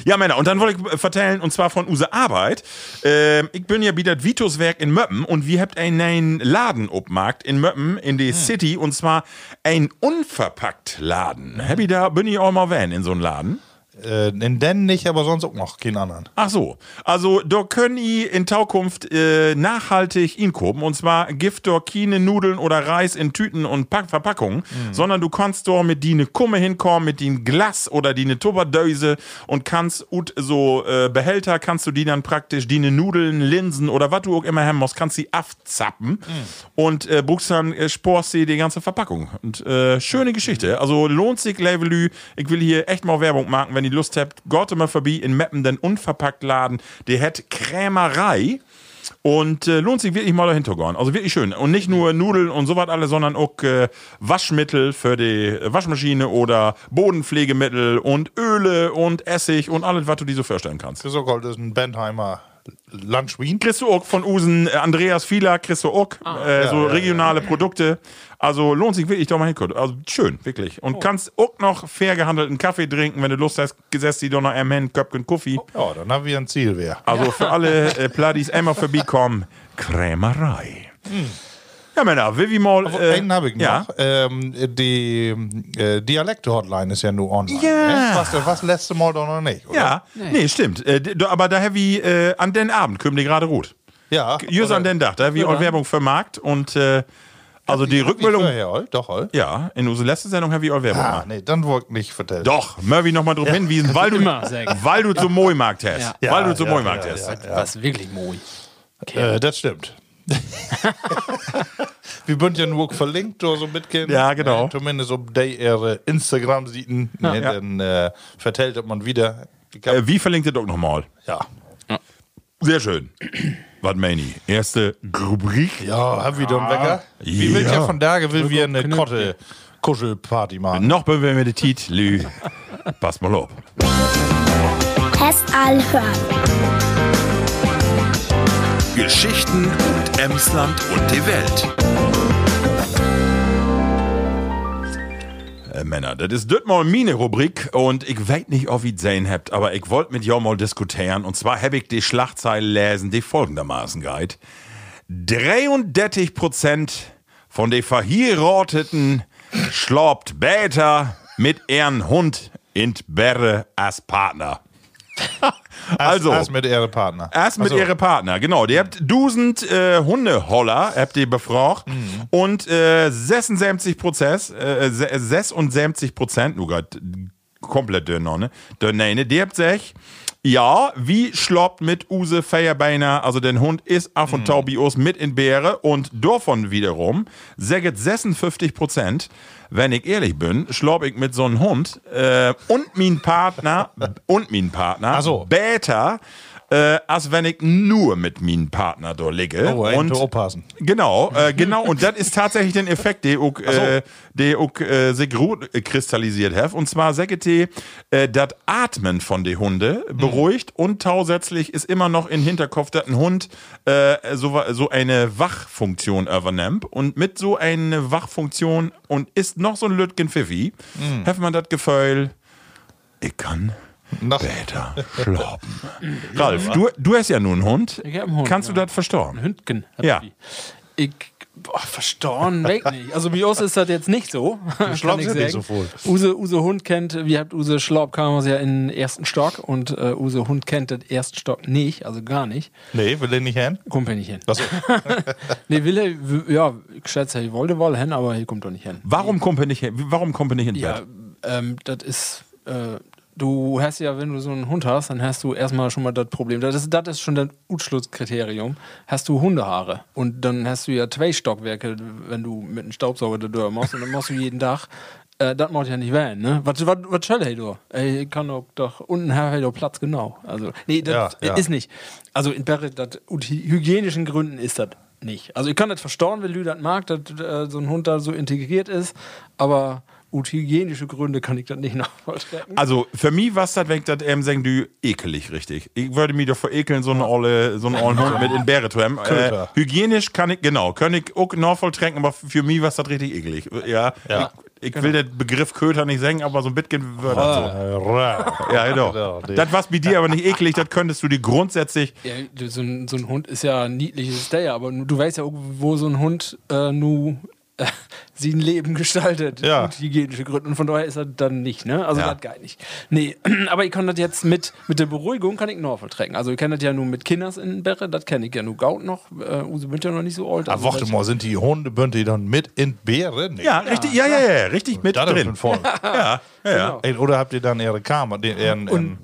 S2: Ja, Männer, und dann wollte ich äh, vertellen, und zwar von Use Arbeit. Ähm, ich bin ja wieder Vitos Werk in Möppen und wir habt einen neuen Laden obmarkt in Möppen, in die City, und zwar ein unverpackt Laden. Hab ich da, bin ich auch mal van in so einen Laden?
S3: Äh, in den nicht, aber sonst auch noch keinen anderen.
S2: Ach so, also da können i in Taukunft äh, nachhaltig inkoben und zwar Gift dort keine Nudeln oder Reis in Tüten und Pack Verpackungen, sondern du kannst dort mit die ne Kumme hinkommen, mit die Glas oder die ne Tupperdöse und kannst ut so äh, Behälter kannst du die dann praktisch die ne Nudeln, Linsen oder was du auch immer haben musst, kannst die abzappen und äh, buchst dann äh, sporst die die ganze Verpackung und äh, schöne Geschichte. Also lohnt sich Levelü. Ich will hier echt mal Werbung machen, wenn ihr Lust habt, Gott immer vorbei in Meppen, den unverpackt Laden, der hat Krämerei. Und äh, lohnt sich wirklich mal dahinter gehen. Also wirklich schön. Und nicht nur Nudeln und sowas alles, sondern auch äh, Waschmittel für die äh, Waschmaschine oder Bodenpflegemittel und Öle und Essig und alles, was du dir so vorstellen kannst.
S3: Chrisogold ist ein Bentheimer Landschwein.
S2: Christo Ock von Usen, äh, Andreas Fieler, Christo Ock, äh, so regionale Produkte. Also lohnt sich wirklich, doch mal hinkommen. Also schön, wirklich. Und kannst auch noch fair gehandelten Kaffee trinken, wenn du Lust hast, gesetzt die doch noch M hin, Köpken Kuffi.
S3: Ja, dann haben wir ein Ziel, wer.
S2: Also für alle äh, Pladis einmal vorbeikommen, Krämerei. Ja, Männer, will wie mal. äh,
S3: Einen habe ich noch.
S2: ja.
S3: Ähm, die äh, Dialekte-Hotline ist ja nur online.
S2: Ja.
S3: Ne? Was, was letzte Mal doch noch nicht, oder?
S2: Ja, nee, stimmt. Äh, d- aber da habe ich äh, an den Abend, kümmern die gerade gut.
S3: Ja.
S2: Jürs an den Dach, da habe ich auch Werbung für Markt und äh, also die Rückmeldung.
S3: Ja, all, doch, all.
S2: Ja, in unserer letzten Sendung habe ich auch Werbung
S3: Ah,
S2: gemacht.
S3: nee, dann wollte ich nicht vertellen.
S2: Doch, Murphy nochmal drauf hinwiesen, weil du,
S4: Immer sagen.
S2: weil du zum Moimarkt hast.
S3: Ja.
S2: weil du zum
S3: Ja,
S2: Moimarkt
S3: ja,
S2: hast.
S3: ja.
S4: Das ist wirklich moi.
S3: Äh, das stimmt. Wir sind ja nur verlinkt oder so mitgehen.
S2: Ja, genau.
S3: Äh, zumindest ob die ihre Instagram sieht, ne,
S2: Ja.
S3: dann äh, vertellt hat man wieder. Ich hab-
S2: Äh, wie verlinkt ihr doch nochmal?
S3: ja.
S2: Sehr schön. Was meine ich? Erste Rubrik.
S3: Ja, hab wieder einen Wecker. Wie will
S2: Ja.
S3: ja von da will wir eine Kotte Kuschelparty machen.
S2: Noch bin wir mit der Tiet, Lü. Pass mal auf.
S5: Test anhören.
S6: Geschichten und Emsland und die Welt.
S2: Äh, Männer, das ist das mal meine Rubrik und ich weiß nicht, ob ihr sehen habt, aber ich wollte mit jou mal diskutieren und zwar habe ich die Schlagzeile lesen, die folgendermaßen geht. 33% von den Verheirateten schlaubt Bäter mit ihren Hund in Berre als Partner. Also.
S3: Erst mit ihre Partner. Also,
S2: Erst mit
S3: Ach so.
S2: ihre Partner, genau. Ihr habt 1000 äh, Hundeholler, habt ihr befragt.
S3: Mhm.
S2: Und äh, 76 Prozess, äh, se- 76 Prozent, nur grad komplett dünner, ne? Dünner, ne? Die habt sich, ja, wie schloppt mit Use Feierbeiner, also den Hund ist af
S3: Mhm.
S2: und tau Bios mit in Beere und davon wiederum, säget 56 Prozent, wenn ich ehrlich bin, schlopp ich mit so einem Hund äh, und mein Partner, und mein Partner,
S3: Ach so.
S2: besser, äh, als wenn ich nur mit meinem Partner da liege.
S3: Oh,
S2: und
S3: und aufpassen.
S2: genau, äh, genau. Und das ist tatsächlich den Effekt, den ich, äh, den ich äh, sich gut äh, kristallisiert habe. Und zwar sagt die, äh, das Atmen von den Hunde beruhigt und tausätzlich ist immer noch im Hinterkopf, dass ein Hund äh, so, wa- so eine Wachfunktion übernimmt. Und mit so einer Wachfunktion und ist noch so ein Lütgen Pfiffi, hat man das Gefühl, ich kann
S3: Nach
S2: Bäder schlafen. Ralf, du, du hast ja nun einen Hund.
S4: Ich hab einen Hund,
S2: Kannst du
S4: ja.
S2: das verstorben?
S4: Hündgen. hat
S2: Ja.
S4: die. Ich, boah, verstorben, weg nicht. Also bei uns ist das jetzt nicht so. kann
S3: Schlapp
S4: ich
S3: sind nicht
S4: sagen.
S3: so voll.
S4: Use, Use Hund kennt, wir habt Use Schlapp kam aus ja in den ersten Stock und äh, Use Hund kennt den ersten Stock nicht, also gar nicht.
S3: Nee, will den nicht hin?
S4: Kommt er nicht hin.
S3: Achso.
S2: Äh,
S4: Nee, will er, w- ja, ich schätze, er wollte wohl hin, aber hier kommt er nicht hin.
S2: Warum kommt er nicht, warum kommt er nicht ins
S4: Ja,
S2: Bett?
S4: ähm, das ist. Äh, du hast ja, wenn du so einen Hund hast, dann hast du erstmal schon mal das Problem. Das ist, das ist schon dein Utschlusskriterium. Hast du Hundehaare und dann hast du ja zwei Stockwerke, wenn du mit einem Staubsauger da durch machst und dann machst du jeden Tag. Äh, das macht ja nicht weh, ne? Was, was, was soll hey du? Ey, ich kann doch, doch unten habe ich doch Platz, genau. Also, nee, das
S3: Ja, ja.
S4: ist nicht. Also, in Berre, das, aus hygienischen Gründen ist das nicht. Also, ich kann das verstauen, wenn Lü das mag, dass äh, so ein Hund da so integriert ist, aber aus hygienischen Gründen kann ich das nicht nachvollstrecken.
S2: Also, für mich war es das, wenn ich das ähm, sagen, du ekelig, richtig. Ich würde mich doch verekeln, so einen olle, so einen ollen Hund mit in Bäre zu haben. Äh,
S3: Köter.
S2: hygienisch kann ich, genau, kann ich auch norvoll tränken, aber für mich war es das richtig ekelig. Ja,
S3: Ja.
S2: ich, ich
S4: Genau.
S2: will den Begriff Köter nicht sagen, aber so ein bisschen wird das so.
S3: Ah. Ja,
S2: Ja, genau.
S3: Genau, die-
S2: das war's bei dir aber nicht eklig, das könntest du dir grundsätzlich
S4: Ja, du, so, ein, so ein Hund ist ja ein niedliches Day, aber nu- du weißt ja, auch, wo so ein Hund äh, nu äh, sein Leben gestaltet.
S3: Ja.
S4: Gut, hygienische Gründe. Und von daher ist er dann nicht, ne? Also
S2: Ja.
S4: das geht nicht. Nee, aber ich kann das jetzt mit, mit der Beruhigung kann ich noch vertrecken. Also ich kann das ja nur mit Kinders in Berre, das kenne ich ja nur Gaut noch. Äh, Use bin ja noch nicht so alt.
S3: Aber
S4: Also
S3: Ah, warte mal, sind die Hunde, bünden die dann mit in Bären?
S2: Ja, richtig, ja, ja, ja, richtig mit
S3: Da
S2: drin.
S3: drin. Voll.
S2: Ja.
S3: Ey, Oder habt ihr dann ihre Kammer, den, ihren, ihren,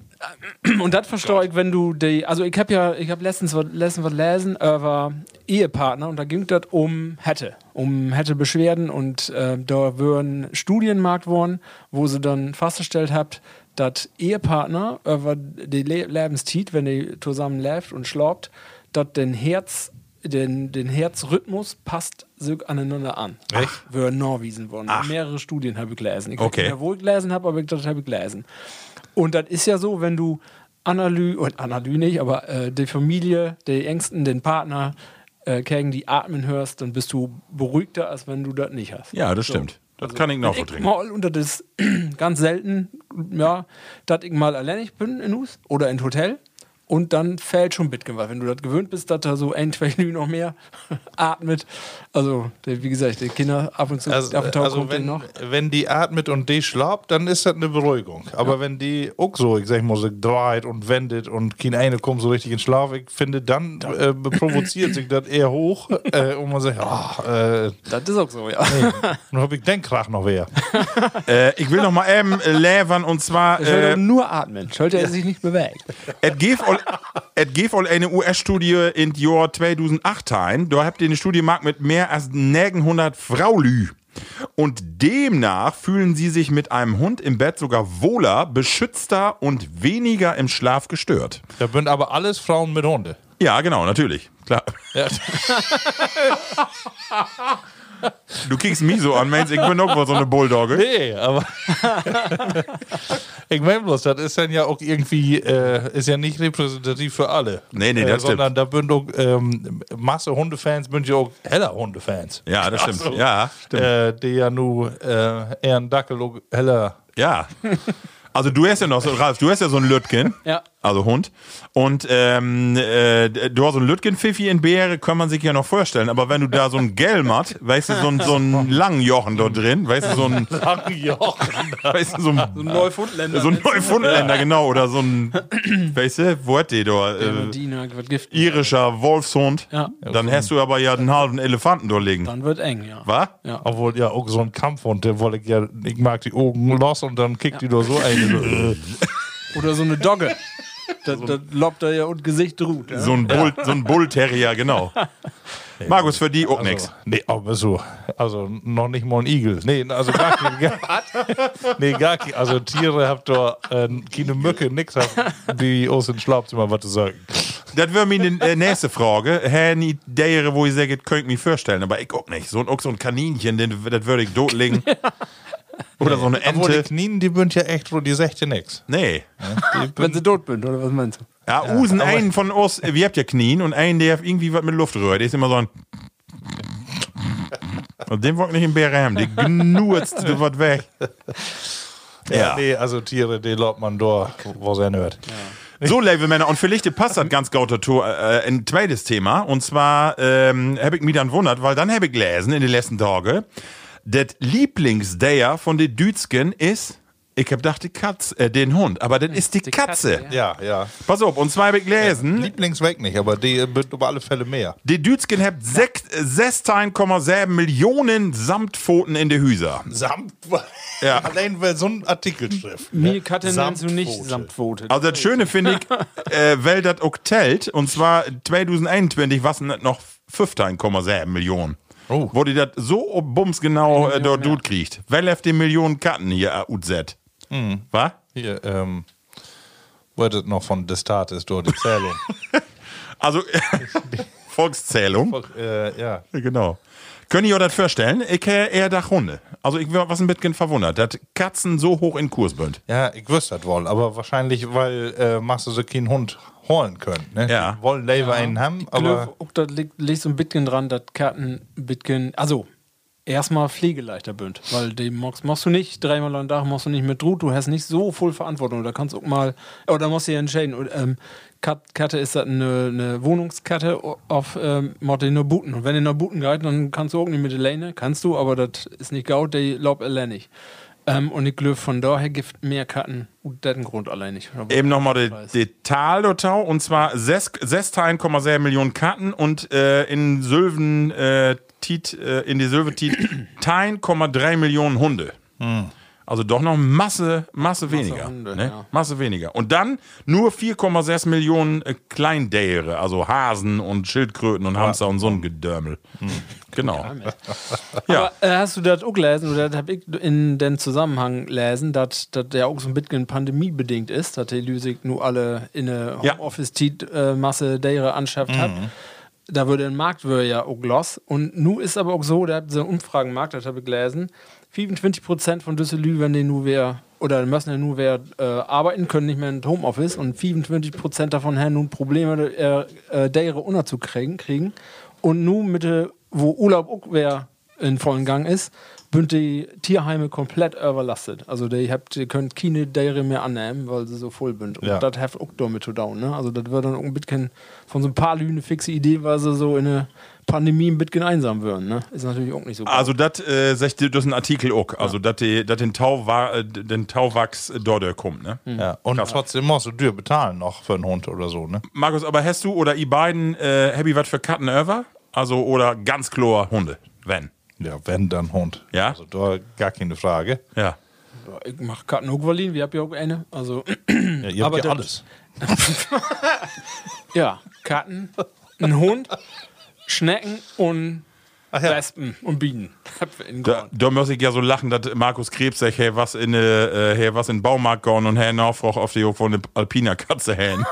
S4: Und das verstehe ich, wenn du die. Also, ich habe ja, ich habe letztens was letztens was lesen über Ehepartner und da ging das um Hätte. Um Hätte-Beschwerden und äh, da würden Studien gemacht worden, wo sie dann festgestellt habt, dass Ehepartner über die Le Lebenszeit, wenn die zusammen lebt und schlaubt, dass den Herz. Den, den Herzrhythmus passt so aneinander an.
S3: Echt?
S4: Würden nachwiesen worden. Mehrere Studien habe ich gelesen. Ich
S2: Okay.
S4: okay. wo ich gelesen habe, aber das habe ich gelesen. Und das ist ja so, wenn du Analy, und Analy nicht, aber äh, die Familie, die Ängsten, den Partner, äh, Kägen, die atmen hörst, dann bist du beruhigter, als wenn du das nicht hast.
S2: Ja, das stimmt. Das kann ich noch
S4: Wenn ich
S2: vertrinken.
S4: mal, und das ist ganz selten, ja, dass ich mal alleinig bin in Hus oder in Hotel und dann fällt schon Bitgen, weil wenn du das gewöhnt bist, dass da so ein, zwei Lü noch mehr atmet. Also, der, wie gesagt, die Kinder ab und zu,
S3: also,
S4: ab und zu
S3: also
S4: kommt
S3: wenn,
S4: denen noch.
S3: wenn die atmet und die schlappt, dann ist das eine Beruhigung. Aber wenn die auch so, ich sag mal, so dreht und wendet und keine eine kommt so richtig in Schlaf, ich finde, dann äh, provoziert sich das eher hoch äh, und man sagt, ah, äh,
S4: Das ist auch so, ja.
S3: nun hab ich den Krach noch wer.
S2: Äh, ich will noch mal eben äh, lävern und zwar
S4: Ich soll
S2: äh,
S4: doch nur atmen. Sollte er sich nicht bewegen.
S2: et gef all- et gef all eine US-Studie in Jahr 2008 ein. Da habt ihr eine Studie gemacht mit mehr als 900 Fraulü. Und demnach fühlen sie sich mit einem Hund im Bett sogar wohler, beschützter und weniger im Schlaf gestört.
S3: Da sind aber alles Frauen mit Hunde.
S2: Ja, genau, natürlich. Klar. Du kriegst mich so an, meinst, ich bin doch wohl so eine Bulldogge.
S3: Nee, aber. ich meine bloß, das ist dann ja auch irgendwie, äh, ist ja nicht repräsentativ für alle.
S2: Nee, nee, das
S3: äh, Sondern da sind auch ähm, Masse Hundefans, sind ja auch heller Hundefans.
S2: Ja, das stimmt.
S3: Also,
S2: Ja, stimmt.
S3: Äh, die ja nur äh, eher ein Dackel auch heller.
S2: Ja. Also du hast ja noch so, Ralf, du hast ja so ein Lütgen.
S4: Ja.
S2: also Hund. Und ähm, äh, du hast so einen Lütgenpfiffi in Beere, kann man sich ja noch vorstellen. Aber wenn du da so einen Gelmert, weißt du, so einen, so einen Langjochen dort drin, weißt du, so einen,
S3: Ach, Jochen.
S2: weißt du, so einen,
S4: Neufundländer. ne?
S2: so einen Neufundländer, genau, oder so ein, weißt du, wo hat die da? Äh,
S4: Dina wird Gift.
S2: irischer Wolfshund.
S4: Ja.
S2: Dann hast du aber ja einen halben Elefanten dort liegen.
S4: Dann wird eng, ja.
S2: Was?
S4: Ja.
S3: Obwohl, ja, auch so ein Kampfhund, der wollte ich ja, ich mag die Augen los und dann kickt die nur so eine.
S4: Oder so eine Dogge. Da, da lobt er ja und Gesicht ruht. Ja.
S2: So ein, Bull, so ein Bullterrier, genau. Markus, für die auch
S3: Also,
S2: nix.
S3: Nee, aber so. Also noch nicht mal ein Igel. Nee, also gar kein. Gar, nee, gar kein. Also Tiere habt ihr äh, keine Mücke, nix habt, die aus dem Schlafzimmer was zu sagen.
S2: Das wäre meine äh, nächste Frage. Hätten die Dere, wo ich sage, könnt ihr mir vorstellen, aber ich auch nicht. So ein, auch so ein Kaninchen, den, das würde ich totlegen. Oder so eine
S3: Obwohl die
S2: Ente.
S3: Knien, die bünd ja echt, wo die Sächte nix.
S2: Nee.
S4: Wenn sie tot sind, oder was meinst du?
S2: Ja, Usen, einen von uns, wir habt ja Knien und einen, der irgendwie was mit Luft rührt. Der ist immer so ein. Und den wollt ich nicht im Bären haben. Der gnurzt was weg. Ja.
S3: Nee, also Tiere, die lobt man da, wo sie hört.
S2: So, liebe Männer, und vielleicht passt das ganz gut dazu, äh, ein zweites Thema. Und zwar ähm, habe ich mich dann wundert, weil dann habe ich gelesen in den letzten Tagen, das Lieblingsdayer von den Dütschen ist, ich habe gedacht, die Katze, äh, den Hund, aber das ist die, Katze.
S4: Katze,
S3: Ja, ja.
S2: Pass auf, und zwar habe ich gelesen,
S3: Lieblingsweg nicht, aber die bünd über alle Fälle mehr.
S2: die Dütschen habt sech- äh, 16,7 Millionen Samtpfoten in der Hüser.
S3: Samt.
S2: Ja.
S3: Allein weil so ein Artikel schrift.
S4: Mir Katte nennst du nicht
S3: Samtpfote.
S4: Samtpfote.
S2: Also das Schöne finde ich, äh, weil das auch telt, und zwar 2021 was noch 15,7 Millionen.
S3: Oh.
S2: Wo die das so bums genau äh,
S4: Million
S2: dort
S4: mehr.
S2: tut kriegt. Weil auf die Millionen Karten hier äh, UZ. Was?
S3: Hier, ähm, wurde noch von Destat ist dort die Zählung.
S2: Also Volkszählung.
S3: Doch, äh, ja.
S2: Genau. Könnt ihr euch das vorstellen? Ich hätte eher dach Hunde. Also ich war was ein bisschen verwundert, dass Katzen so hoch in Kurs sind.
S3: ja, ich wüsste das wohl, aber wahrscheinlich, weil äh, machst du so keinen Hund holen können. Ne?
S2: Ja.
S3: Die Wollen Lever einen haben, aber.
S4: Glöf, auch da liegt, liegt so ein bisschen dran, dass Katten ein bisschen, also erstmal pflegeleichter bünd, weil den machst, machst du nicht dreimal am Tag, machst du nicht mit Ruth, du hast nicht so viel Verantwortung, da kannst du auch mal, oder musst du ja entscheiden, und, ähm, Kat, Katte ist das eine, eine Wohnungskatte o- auf ähm, macht die nur Buten und wenn die nur Buten geht, dann kannst du auch nicht mit der Leine, kannst du, aber das ist nicht gaut, der lobt allein nicht. Ähm, und ich glaube, von daher gibt mehr Katten, und das Grund allein nicht.
S2: Eben nochmal die,
S4: Weiß.
S2: die Tal der Tau und zwar sechs- 6,7 Millionen Karten und äh, in Sylven äh, Tiet, äh, in die Sylven Tiet 1,3 Millionen Hunde. Also doch noch Masse, Masse weniger.
S4: Hunde,
S2: ne?
S4: ja.
S2: Masse weniger. Und dann nur 4,6 Millionen äh, Kleindäre, also Hasen und Schildkröten und Hamster und so ein Gedörmel. Genau. Ja.
S4: Aber, äh, hast du das auch gelesen oder das habe ich in den Zusammenhang gelesen, dass das ja auch so ein bisschen pandemiebedingt ist, dass die Lüsig nur alle in eine
S2: Ja. Mhm.
S4: Homeoffice-Masse derer anschafft hat. Da würde ein Markt würde ja auch los. Und nu ist aber auch so, da habt so einen Umfragenmarkt, das habe ich gelesen, 25% von Düsseldorf, wenn die nur wer oder müssen ja nur wer äh, arbeiten, können nicht mehr in Homeoffice und 25% davon haben nun Probleme, äh, äh, deren unterzukriegen. Kriegen. Und nun mit, der- wo Urlaub auch wer in vollen Gang ist, sind die Tierheime komplett überlastet. Also die habt, ihr könnt keine Dere mehr annehmen, weil sie so voll sind. Und
S3: Ja.
S4: das hat auch damit zu down. Ne? Also das wird dann auch ein bisschen von so ein paar Lügen eine fixe Idee, weil sie so in eine Pandemie ein bisschen einsam würden. Ne? Ist natürlich auch nicht so gut.
S2: Also das äh, sagt das ein Artikel auch, also dass die- dass den Tau wa- äh, den Tauwachs äh, dort äh, kommt, ne?
S3: Ja. Und trotzdem musst du dir bezahlen noch für einen Hund oder so, ne?
S2: Markus, aber hast du oder ihr beiden äh, Happy was für Katten over? Also oder ganz klar Hunde, wenn.
S3: Ja, wenn dann Hund.
S2: Ja.
S3: Also da gar keine Frage.
S2: Ja.
S4: ich mache Karten auch Berlin, wir habt ja auch eine. Also
S3: Ja, ihr
S4: Aber
S3: habt ja
S4: das-
S3: alles.
S4: ja, Karten, ein Hund, Schnecken und Wespen und Bienen. Habt ihr in
S2: Da, da muss ich ja so lachen, dass Markus Krebs sagt, hey, was in äh, äh, hey, was in den Baumarkt gehen und hey, Naufrauch auf die Hof von der Alpina Katze hängen.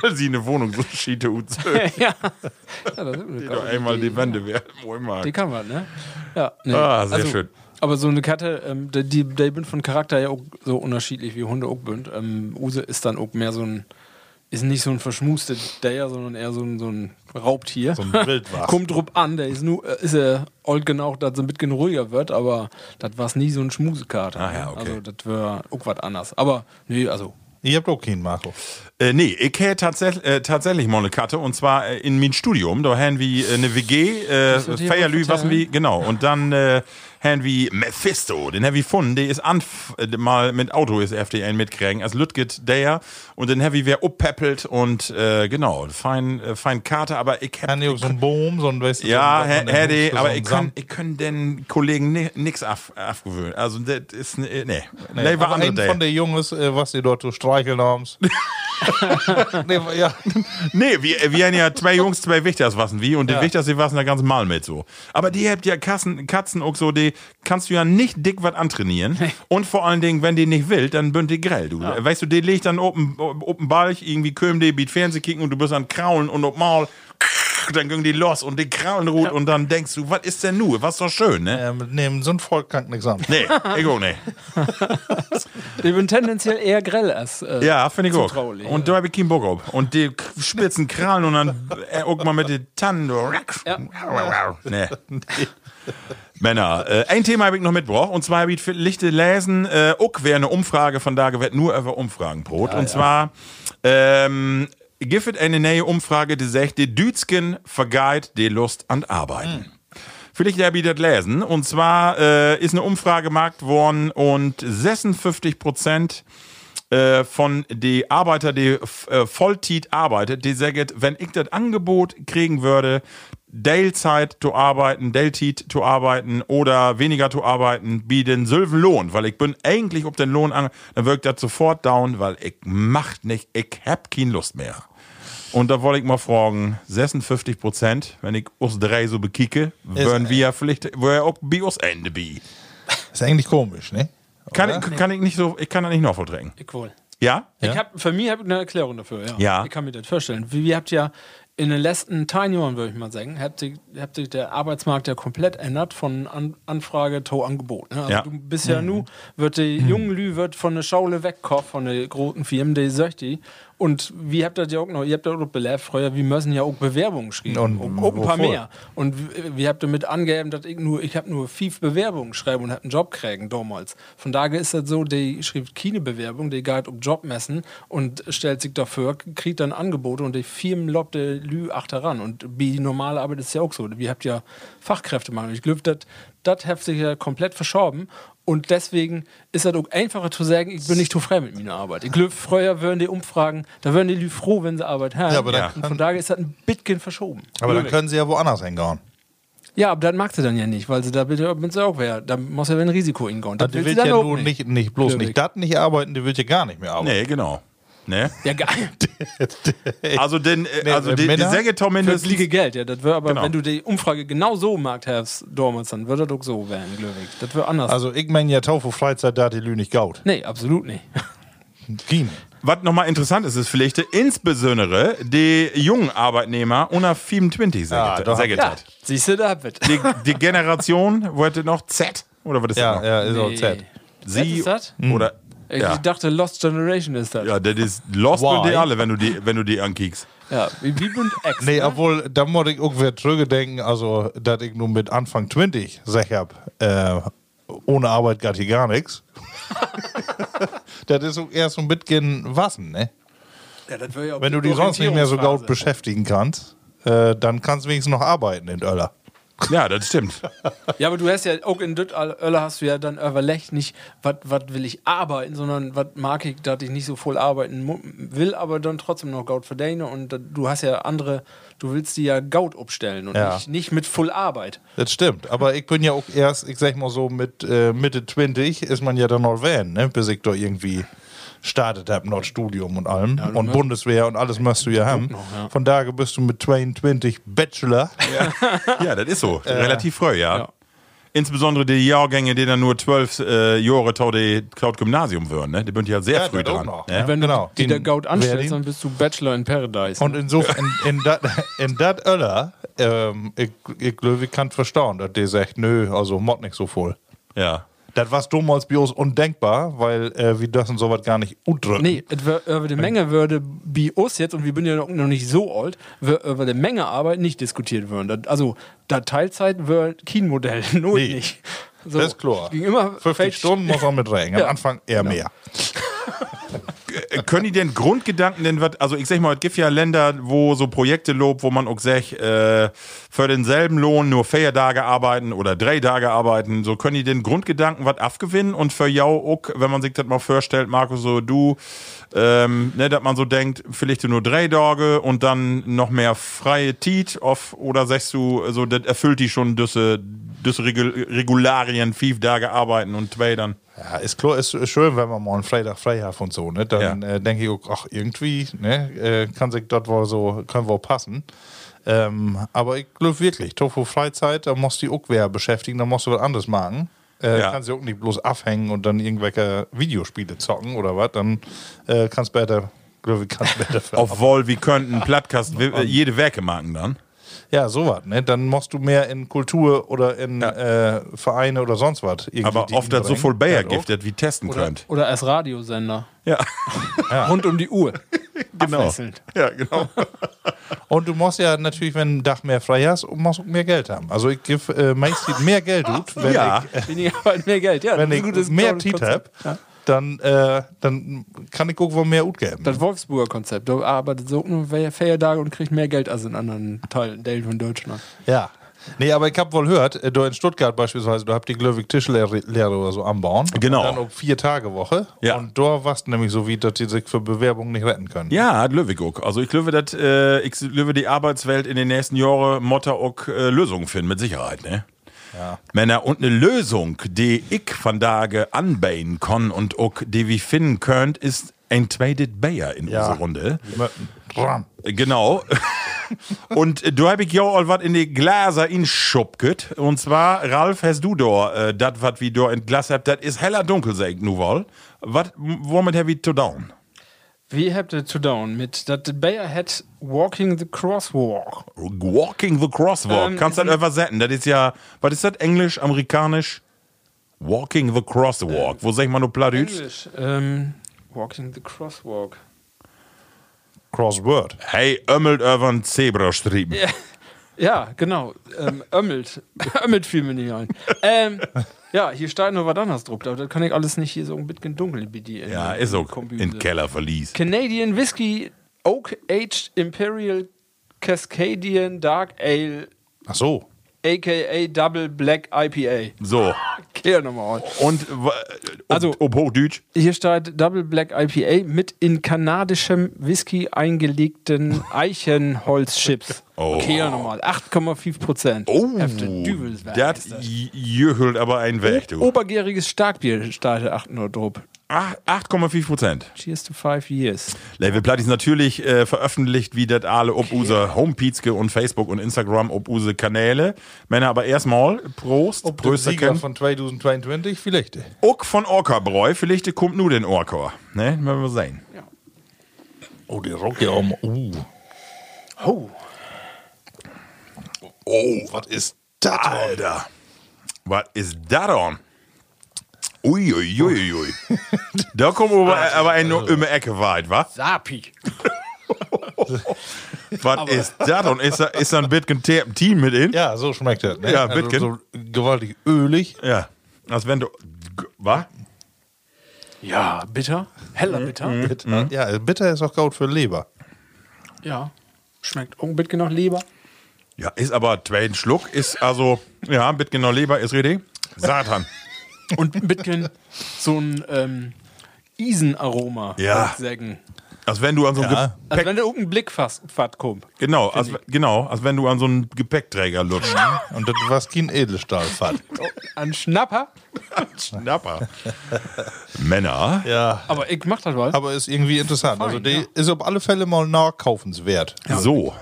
S2: Weil sie eine Wohnung so schiete und so,
S4: ja. ja, das ist eine
S2: die
S4: gute
S2: doch einmal
S4: Idee.
S2: die Wände werden. Moin, Marc.
S4: Die kann man, ne? Ja. Nee. Also,
S2: Ah, sehr schön.
S4: Aber so eine Katze, ähm, die, die, die bin von Charakter ja auch so unterschiedlich wie Hunde auch sind. Ähm, Use ist dann auch mehr so ein ist nicht so ein verschmuster Däger, sondern eher so ein, so ein Raubtier.
S3: So ein Wildwachs.
S4: Kommt drauf an, der ist nur, äh, ist er alt genug, dass er ein bisschen ruhiger wird, aber das war nie so ein Schmusekater.
S2: Ah ja, okay.
S4: Also das war auch was anders. Aber nee, also
S3: Ihr habt auch keinen, Marco.
S2: Äh, nee, ich hätte tatsächlich, äh, tatsächlich mal eine Karte und zwar äh, in mein Studium. Da haben wir äh, eine WG, äh,
S4: soll die
S2: Feierlü,
S4: mal
S2: was
S4: vertellen?
S2: wie, genau. Und dann äh, haben wir Mephisto, den haben wir gefunden, der ist anf äh, mal mit Auto ist FDN mitkriegen, als Lütget der und den haben wir wer uppeppelt und äh, genau, fein, äh, fein Karte, aber ich hab,
S3: Kann ich auch so ein Boom, so ein weißt du,
S2: ja,
S3: so ein-
S2: Herr
S3: so ein-
S2: Herr D,
S3: so
S2: aber
S3: ein
S2: ich kann,
S3: Sam-
S2: ich kann den Kollegen ni- nix af, abgewöhnen. Also, das ist, ne- nee, nee, nee war
S3: Aber
S2: andere
S3: ein
S2: Day.
S3: von den Jungs, äh, was ihr dort zu streicheln habt. nee, ja.
S2: Nee, wir, wir haben ja zwei Jungs, zwei Wichters wassen wie und die
S3: Ja.
S2: Wichters, die wassen da ganz mal mit so. Aber die habt ja Katzen, Katzen auch so, die kannst du ja nicht dick was antrainieren. Und vor allen Dingen, wenn die nicht will, dann bünd die grell, du. Weißt du, die legt dann oben, oben Balch, irgendwie köm die, biet Fernseh kicken und du bist an Kraulen und ob Maul, dann gehen die los und die kraulen rot und dann denkst du, was ist denn nur? Was ist doch schön, ne?
S3: ähm, nee, so ein Volk kann nichts an.
S2: Nee, ich auch nicht.
S4: ich bin tendenziell eher grell als äh,
S2: Ja, finde ich auch.
S4: Zutraulich,
S2: Und da habe ich keinen Bock auf. Und die k- spitzen Krallen und dann äh, auch mal mit den Tannen. so rack. Nee. Männer, äh, ein Thema habe ich noch mitgebracht. Und zwar habe ich für Lichte lesen, äh, auch wäre eine Umfrage von da wird nur über Umfragen brot. und zwar, ähm, gibt es eine neue Umfrage, die sagt, die Dütschen vergeht die Lust an Arbeiten. Vielleicht darf ich das lesen. Und zwar äh, ist eine Umfrage gemacht worden und 56 Prozent äh, von die Arbeiter, die f- äh, Volltit arbeitet, die sagen, wenn ich das Angebot kriegen würde, Teilzeit zu arbeiten, Deltit zu arbeiten oder weniger zu arbeiten, wie den Sylven Lohn, weil ich bin eigentlich ob den Lohn an, dann wirkt das sofort down, weil ich macht nicht, ich hab keine Lust mehr. Und da wollte ich mal fragen, 56 Prozent, wenn ich uns drei so bekicke, würden wir ja vielleicht, wäre auch bei uns Ende bi.
S3: Ist eigentlich komisch, ne?
S2: Kann ich, kann ich nicht so, ich kann das nicht nachvoldrängen.
S4: ich wohl.
S2: Ja?
S4: Ich hab, für mich habe ich eine Erklärung dafür, ja.
S2: Ja.
S4: Ich kann mir das vorstellen. Wie- Ihr habt ja in den letzten zehn Jahren, würde ich mal sagen, habt sich, habt sich der Arbeitsmarkt ja komplett ändert von An Anfrage zu Angebot. Ne? Also
S2: Ja. Mhm.
S4: du bist ja nu, wird die jungen Lü wird von der Schaule wegkauft, von den großen Firmen, die sagt die. Und wie habt ihr das ja auch noch, ihr habt das auch belebt früher, wir müssen ja auch Bewerbungen schreiben.
S3: Und
S4: auch, auch ein
S3: wovor?
S4: paar mehr. Und w- wie habt ihr mit angegeben, dass ich nur, ich habe nur fünf Bewerbungen schreiben und hab einen Job kriegen damals. Von daher ist das so, die schrieb keine Bewerbung, die geht um Job messen und stellt sich dafür, kriegt dann Angebote und die Firmen lobt der Lü achter ran. Und wie die normale Arbeit ist ja auch so. Wir habt ja Fachkräftemangel. Ich glaube, das das hat sich ja komplett verschoben. Und deswegen ist das auch einfacher zu sagen, ich bin nicht zu frei mit meiner Arbeit. Ich glaube, früher würden die Umfragen, da wären die Lü froh, wenn sie Arbeit haben.
S3: Ja, aber dann
S4: und
S3: kann-
S4: von daher ist das ein bisschen verschoben.
S3: Aber dann können sie ja woanders hingehauen.
S4: Ja, aber das mag sie dann ja nicht, weil sie da bitte mit sie auch wäre. Da muss ja ein Risiko hingehen. Das
S3: Die will ja nur nicht, nicht bloß
S4: Glück.
S3: nicht das nicht arbeiten, die will ja gar nicht mehr arbeiten.
S2: Nee, genau. Ne?
S4: Ja, geil.
S2: Also den, äh, also
S3: äh,
S2: den,
S3: Männer?
S2: den Sägetom
S4: Für das
S2: mindestens.
S4: liege Geld, ja. Das wär aber,
S2: Genau.
S4: wenn du die Umfrage genau so magst, Herr Dormans, dann würde das auch so werden, glaube ich. Das wäre anders.
S3: Also ich meine ja Taufe Freizeit, da hat die Lü nicht gaut.
S4: nee, absolut nicht.
S3: Kien.
S2: Was nochmal interessant ist, ist vielleicht insbesondere die jungen Arbeitnehmer unter 27
S3: Ah,
S2: Sägetat.
S3: doch.
S4: ja, siehst du, da wird.
S2: Die, die Generation wollte noch Z oder was ist
S3: Ja,
S2: das noch?
S3: ja, ist auch Z.
S2: Sie
S4: Was ist das?
S2: oder
S4: Ich
S2: ja.
S4: dachte, Lost Generation ist das. Ja,
S2: ja, das ist lost
S3: Why?
S2: mit die alle, wenn du die, wenn du die ankickst.
S4: wie wie und Ex.
S3: Nee,
S4: ne?
S3: obwohl, da muss ich irgendwie zurückdenken, also, dass ich nun mit Anfang 20 sag hab, äh, ohne Arbeit geht hier gar nichts. das ist auch erst so ein bisschen Wassen, ne?
S4: ja, das wär ja auch
S3: Wenn du die sonst nicht mehr so
S4: Orientierungsphase.
S3: gut beschäftigen kannst, äh, dann kannst du wenigstens noch arbeiten in Öller.
S2: Ja, das stimmt.
S4: Ja, aber du hast ja auch in Düttölle hast du ja dann überlegt, nicht, was will ich arbeiten, sondern was mag ich, dass ich nicht so voll arbeiten mu- will, aber dann trotzdem noch Gaut verdiene. Und da- du hast ja andere, du willst die ja Gaut abstellen und
S3: Ja.
S4: nicht, nicht mit voll Arbeit.
S3: Das stimmt, aber ich bin ja auch erst, ich sag mal so, mit äh, Mitte 20 ist man ja dann noch Van, ne? bis ich da irgendwie startet hab, noch Studium und allem
S4: ne?
S3: und Bundeswehr und alles musst du ja haben. Von daher bist du mit 22 Bachelor.
S2: Ja, das ist so. Relativ früh, ja. Insbesondere die Jahrgänge, die dann nur zwölf äh, Jahre tau die Cloud Gymnasium würden, ne? Die sind ja sehr
S3: Ja,
S2: früh
S3: das auch
S2: dran.
S3: noch.
S2: Ne?
S3: Wenn du Genau. die
S4: Die
S3: In
S4: da Gaut anstellst,
S3: Berlin.
S4: dann bist du Bachelor in Paradise.
S3: Und insofern, in dat- in dat Öller, ähm, ich, ich glaube, ich kann verstauen, dass der sagt, nö, also mod nicht so voll.
S2: Ja.
S3: Das war damals bloß undenkbar, weil äh, wir dürfen sowas gar nicht udrücken.
S4: Nee, et wär- über die Menge würde bei uns jetzt, und wir sind ja noch noch nicht so alt, wär über die Menge Arbeit nicht diskutiert werden. Dat- Also, da Teilzeit wird kein Modell, nur
S3: Nee.
S4: nicht. So,
S3: Das ist klar.
S4: Ging immer
S3: 50
S4: fällt-
S3: Stunden muss man mitrechnen. Am
S4: Ja. Genau.
S3: Anfang eher mehr.
S2: Äh, Können die denn Grundgedanken, denn wat, also ich sag mal, es gibt ja Länder, wo so Projekte lobt, wo man auch sagt, äh, für denselben Lohn nur vier Tage arbeiten oder drei Tage arbeiten, so können die den Grundgedanken was abgewinnen und für jou auch, wenn man sich das mal vorstellt, Markus, so du, ähm, ne, dass man so denkt, vielleicht nur drei Tage und dann noch mehr freie Tiet auf, oder sagst du, so, das erfüllt die schon düsse, düsse Regul Regularien, fünf Tage arbeiten und zwei dann.
S3: Ja, ist klar, ist schön, wenn man mal einen Freitag frei hat und so, ne? Dann
S2: Ja.
S3: äh, denke ich, auch, ach, irgendwie, ne, äh, kann sich dort wohl so, können wir passen. Ähm, aber ich glaube wirklich, Tofu Freizeit, da musst du die auch wer beschäftigen, da musst du was anderes machen. Äh,
S2: Ja.
S3: Kannst du auch nicht bloß abhängen und dann irgendwelche Videospiele zocken oder was, dann äh, kannst besser, glaube ich, kannst besser für
S2: Obwohl, wir könnten einen Plattcast wi- jede Werke machen dann.
S3: Ja, sowas, ne? Dann musst du mehr in Kultur oder in äh, Vereine oder sonst was. irgendwie
S2: Aber
S3: die
S2: oft das so
S3: hinbringen.
S2: voll Bayer
S3: Ja, doch.
S2: giftet, wie testen könnt.
S4: Oder als Radiosender.
S2: Ja,
S4: Rund um die Uhr.
S2: genau.
S4: Abwechselnd.
S2: Ja, genau.
S3: Und du musst ja natürlich, wenn du einen Tag mehr frei hast, musst du mehr Geld haben. Also ich gebe äh, meistens mehr Geld, gut, wenn
S2: Ja.
S3: ich, äh,
S4: Weniger Arbeit, mehr Geld. Ja,
S3: wenn
S4: das
S3: ich
S4: ist ein gutes-
S3: mehr
S4: gutes
S3: Tiet
S4: Konzept.
S3: habe, dann, äh, dann kann ich gucken, wo mehr Ut geben.
S4: Das Wolfsburger Konzept. Da arbeitet so nur Feiertage und kriegt mehr Geld als in anderen Teilen Teilen von Deutschland.
S3: Ja. Nee, aber ich habe wohl gehört, äh, da in Stuttgart beispielsweise, da habt ihr Glöwig Tischlehre Lehre oder so anbauen.
S2: Genau.
S3: Und dann um vier Tage Woche.
S2: Ja.
S3: Und da warst du nämlich so wie, dass die sich für Bewerbungen nicht retten können.
S2: Ja, hat Löwig auch. Also ich glaube, dass äh, ich glaube, die Arbeitswelt in den nächsten Jahren Motter auch äh, Lösungen finden, mit Sicherheit, ne? Ja. Männer, und eine Lösung, die ich von Tage anbauen kann und auch die wir finden könnt, ist ein Traded Bayer in
S3: Ja.
S2: unserer Runde.
S3: Möppen. Ram.
S2: Genau. und äh, du hab ich ja auch was in die Glaser inschubket. Und zwar, Ralf, hast du da äh, das, was wir da in Glas habt, das ist heller dunkel, sag ich nu wohl. Wat, womit hab ich to down?
S4: Wie habt ihr zu down mit that the Bayer hat Walking the Crosswalk?
S2: Walking the Crosswalk.
S4: Ähm,
S2: Kannst du das einfach setzen? Das ist ja, was ist das, Englisch, Amerikanisch? Walking the Crosswalk. Wo sag ich mal nur Plattdeutsch?
S4: Englisch. Ähm, walking the Crosswalk.
S3: Crossword.
S2: Hey, ömmelt über einen Zebrastreifen.
S4: Ja, genau. Ähm, ömmelt. ömmelt fiel mir nicht ein. Ähm, ja, hier steht noch was anderes drauf, aber das kann ich alles nicht hier so ein bisschen dunkel bedienen.
S2: Ja, ist auch in Keller verließ.
S4: Canadian Whisky Oak Aged Imperial Cascadian Dark Ale
S3: Ach so.
S4: aka Double Black IPA.
S2: So.
S4: Kehr nochmal.
S2: Und, wa-
S4: Also-
S2: ob, ob Hochdeutsch?
S4: Hier steht Double Black IPA mit in kanadischem Whisky eingelegten Eichenholzchips.
S2: Oh.
S4: Kehr nochmal. 8,5 Prozent.
S2: Oh,
S4: Hefte Dübelswerk
S2: das
S4: ist das.
S2: j- jöchelt aber einen weg, du.
S4: Obergäriges Starkbier startet 8 Uhr drup.
S2: Ach- 8,4 Prozent.
S4: Cheers to five years.
S2: Level Platt ist natürlich äh, veröffentlicht, wie das alle ob use Homepizke und Facebook und Instagram ob use Kanäle. Männer, aber erstmal Prost,
S3: Ob der
S2: Prost,
S3: Sieger von 2022 vielleicht.
S2: Uck von Orca-Bräu, vielleicht kommt nur den Orca. Ne, werden wir sehen.
S3: Oh, der rockt ja um. Uh.
S4: Oh.
S2: Oh, was ist das? Alter. Was ist das? denn? Ui, ui, ui, ui. da kommen wir aber, aber ein nur um die Ecke weit, wa?
S4: Sapi.
S2: Was ist das? Und ist da, ist da ein bisschen Terpentin mit in?
S3: Ja, so schmeckt das. Ne?
S2: Ja, Wittgen.
S3: so gewaltig ölig.
S2: Ja. Als wenn du. G- Was?
S4: Ja, bitter.
S2: Mhm.
S4: Heller bitter.
S3: Bitter.
S2: Hm?
S3: Ja, bitter ist auch gut für Leber.
S4: Ja. Schmeckt auch ein bisschen nach Leber.
S2: Ja, ist aber zweiten Schluck, ist also. Ja, ein bisschen noch Leber ist richtig. Satan.
S4: Und ein bisschen so ein ähm, Isenaroma.
S2: Ja.
S4: Sägen.
S2: Als wenn du an so einem
S3: Ja.
S4: Also
S2: Gepäck.
S4: wenn du irgendeinen Blick fasst, fast kommt.
S2: Genau, als, genau, als wenn du an so einen Gepäckträger lutscht.
S3: Und das war kein Edelstahlfahrt.
S4: Ein Schnapper.
S2: Schnapper. Männer.
S3: ja.
S4: Aber ich mach das mal.
S3: Aber ist irgendwie interessant. also die ist auf alle Fälle mal nachkaufenswert.
S2: So.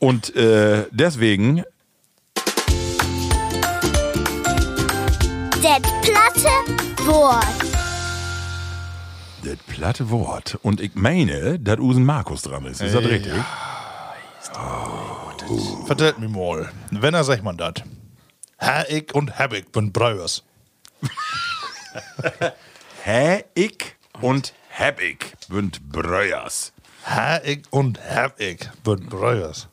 S2: Und äh, deswegen.
S5: Das platte Wort.
S2: Das platte Wort. Und ich meine, dass Usen Markus dran ist. Ist das richtig?
S3: Vertellt mir mal, wenn er sagt man das. Herr ich und Herr ich bin Breuers.
S2: Hä, ich und hab ich bünd Breuers.
S3: Ha ich und hab ich. Wird Breuers.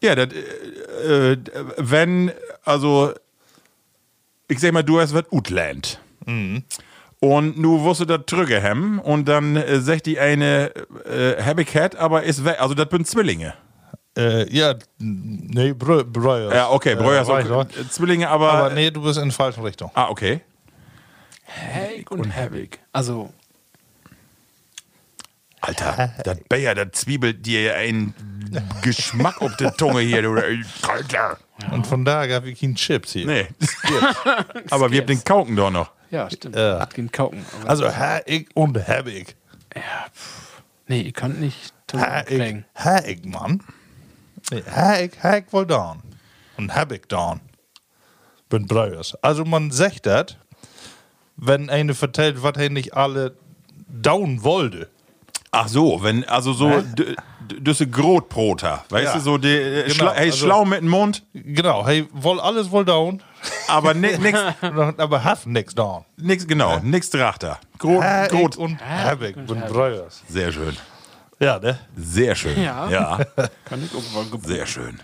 S2: Ja, dat, äh, äh, wenn, also, ich sag mal, du hast was Utland.
S3: Mhm.
S2: Und nu wusste dat trüge hem und dann äh, sagt die eine, äh, hab ich hat, aber ist weg. Also, dat bünd Zwillinge.
S3: Äh, ja, nee, Brö- Breuers.
S2: Ja, okay, Breuers.
S3: weiß
S2: und,
S3: ich.
S2: äh, Zwillinge, aber.
S3: Aber nee, du bist in der falschen Richtung.
S2: Ah, okay.
S4: Hack und Havoc. Also,
S2: Alter, das Bayer, das zwiebelt dir einen Geschmack auf die Zunge hier, du. äh, Alter.
S3: Und von daher gab ich keinen Chips hier.
S2: Nee, aber wir haben den Kauken doch noch.
S4: ja, stimmt.
S3: Ja.
S4: Hat keinen Kauken. Aber,
S3: Also ha ich und hab ich.
S4: nee, ihr könnt nicht
S3: Ha ich,
S4: klingen.
S3: ha ich, Mann. Nee, ha ich, ha ich wohl down. Und hab ich down. Bin Breuers. Also man sagt das, wenn eine vertellt, was er nicht alle down wollte.
S2: Ach so, wenn, also so, d- d- das ist Grotbroter, weißt
S3: Ja.
S2: du, so, die, äh,
S3: Genau,
S2: schla hey,
S3: also-
S2: schlau mit dem Mund,
S3: Genau, hey, wohl alles wohl down,
S2: aber ni nix,
S3: aber hab nix down.
S2: nix, genau, nix Drachter. Grot,
S3: Ha ich
S2: Grot.
S3: und hab ich. Bin Breuers.
S2: Sehr schön,
S3: Ja, ne?
S2: sehr schön, ja,
S4: Ja. Kann
S3: um
S4: ich irgendwann geboren.
S2: sehr schön.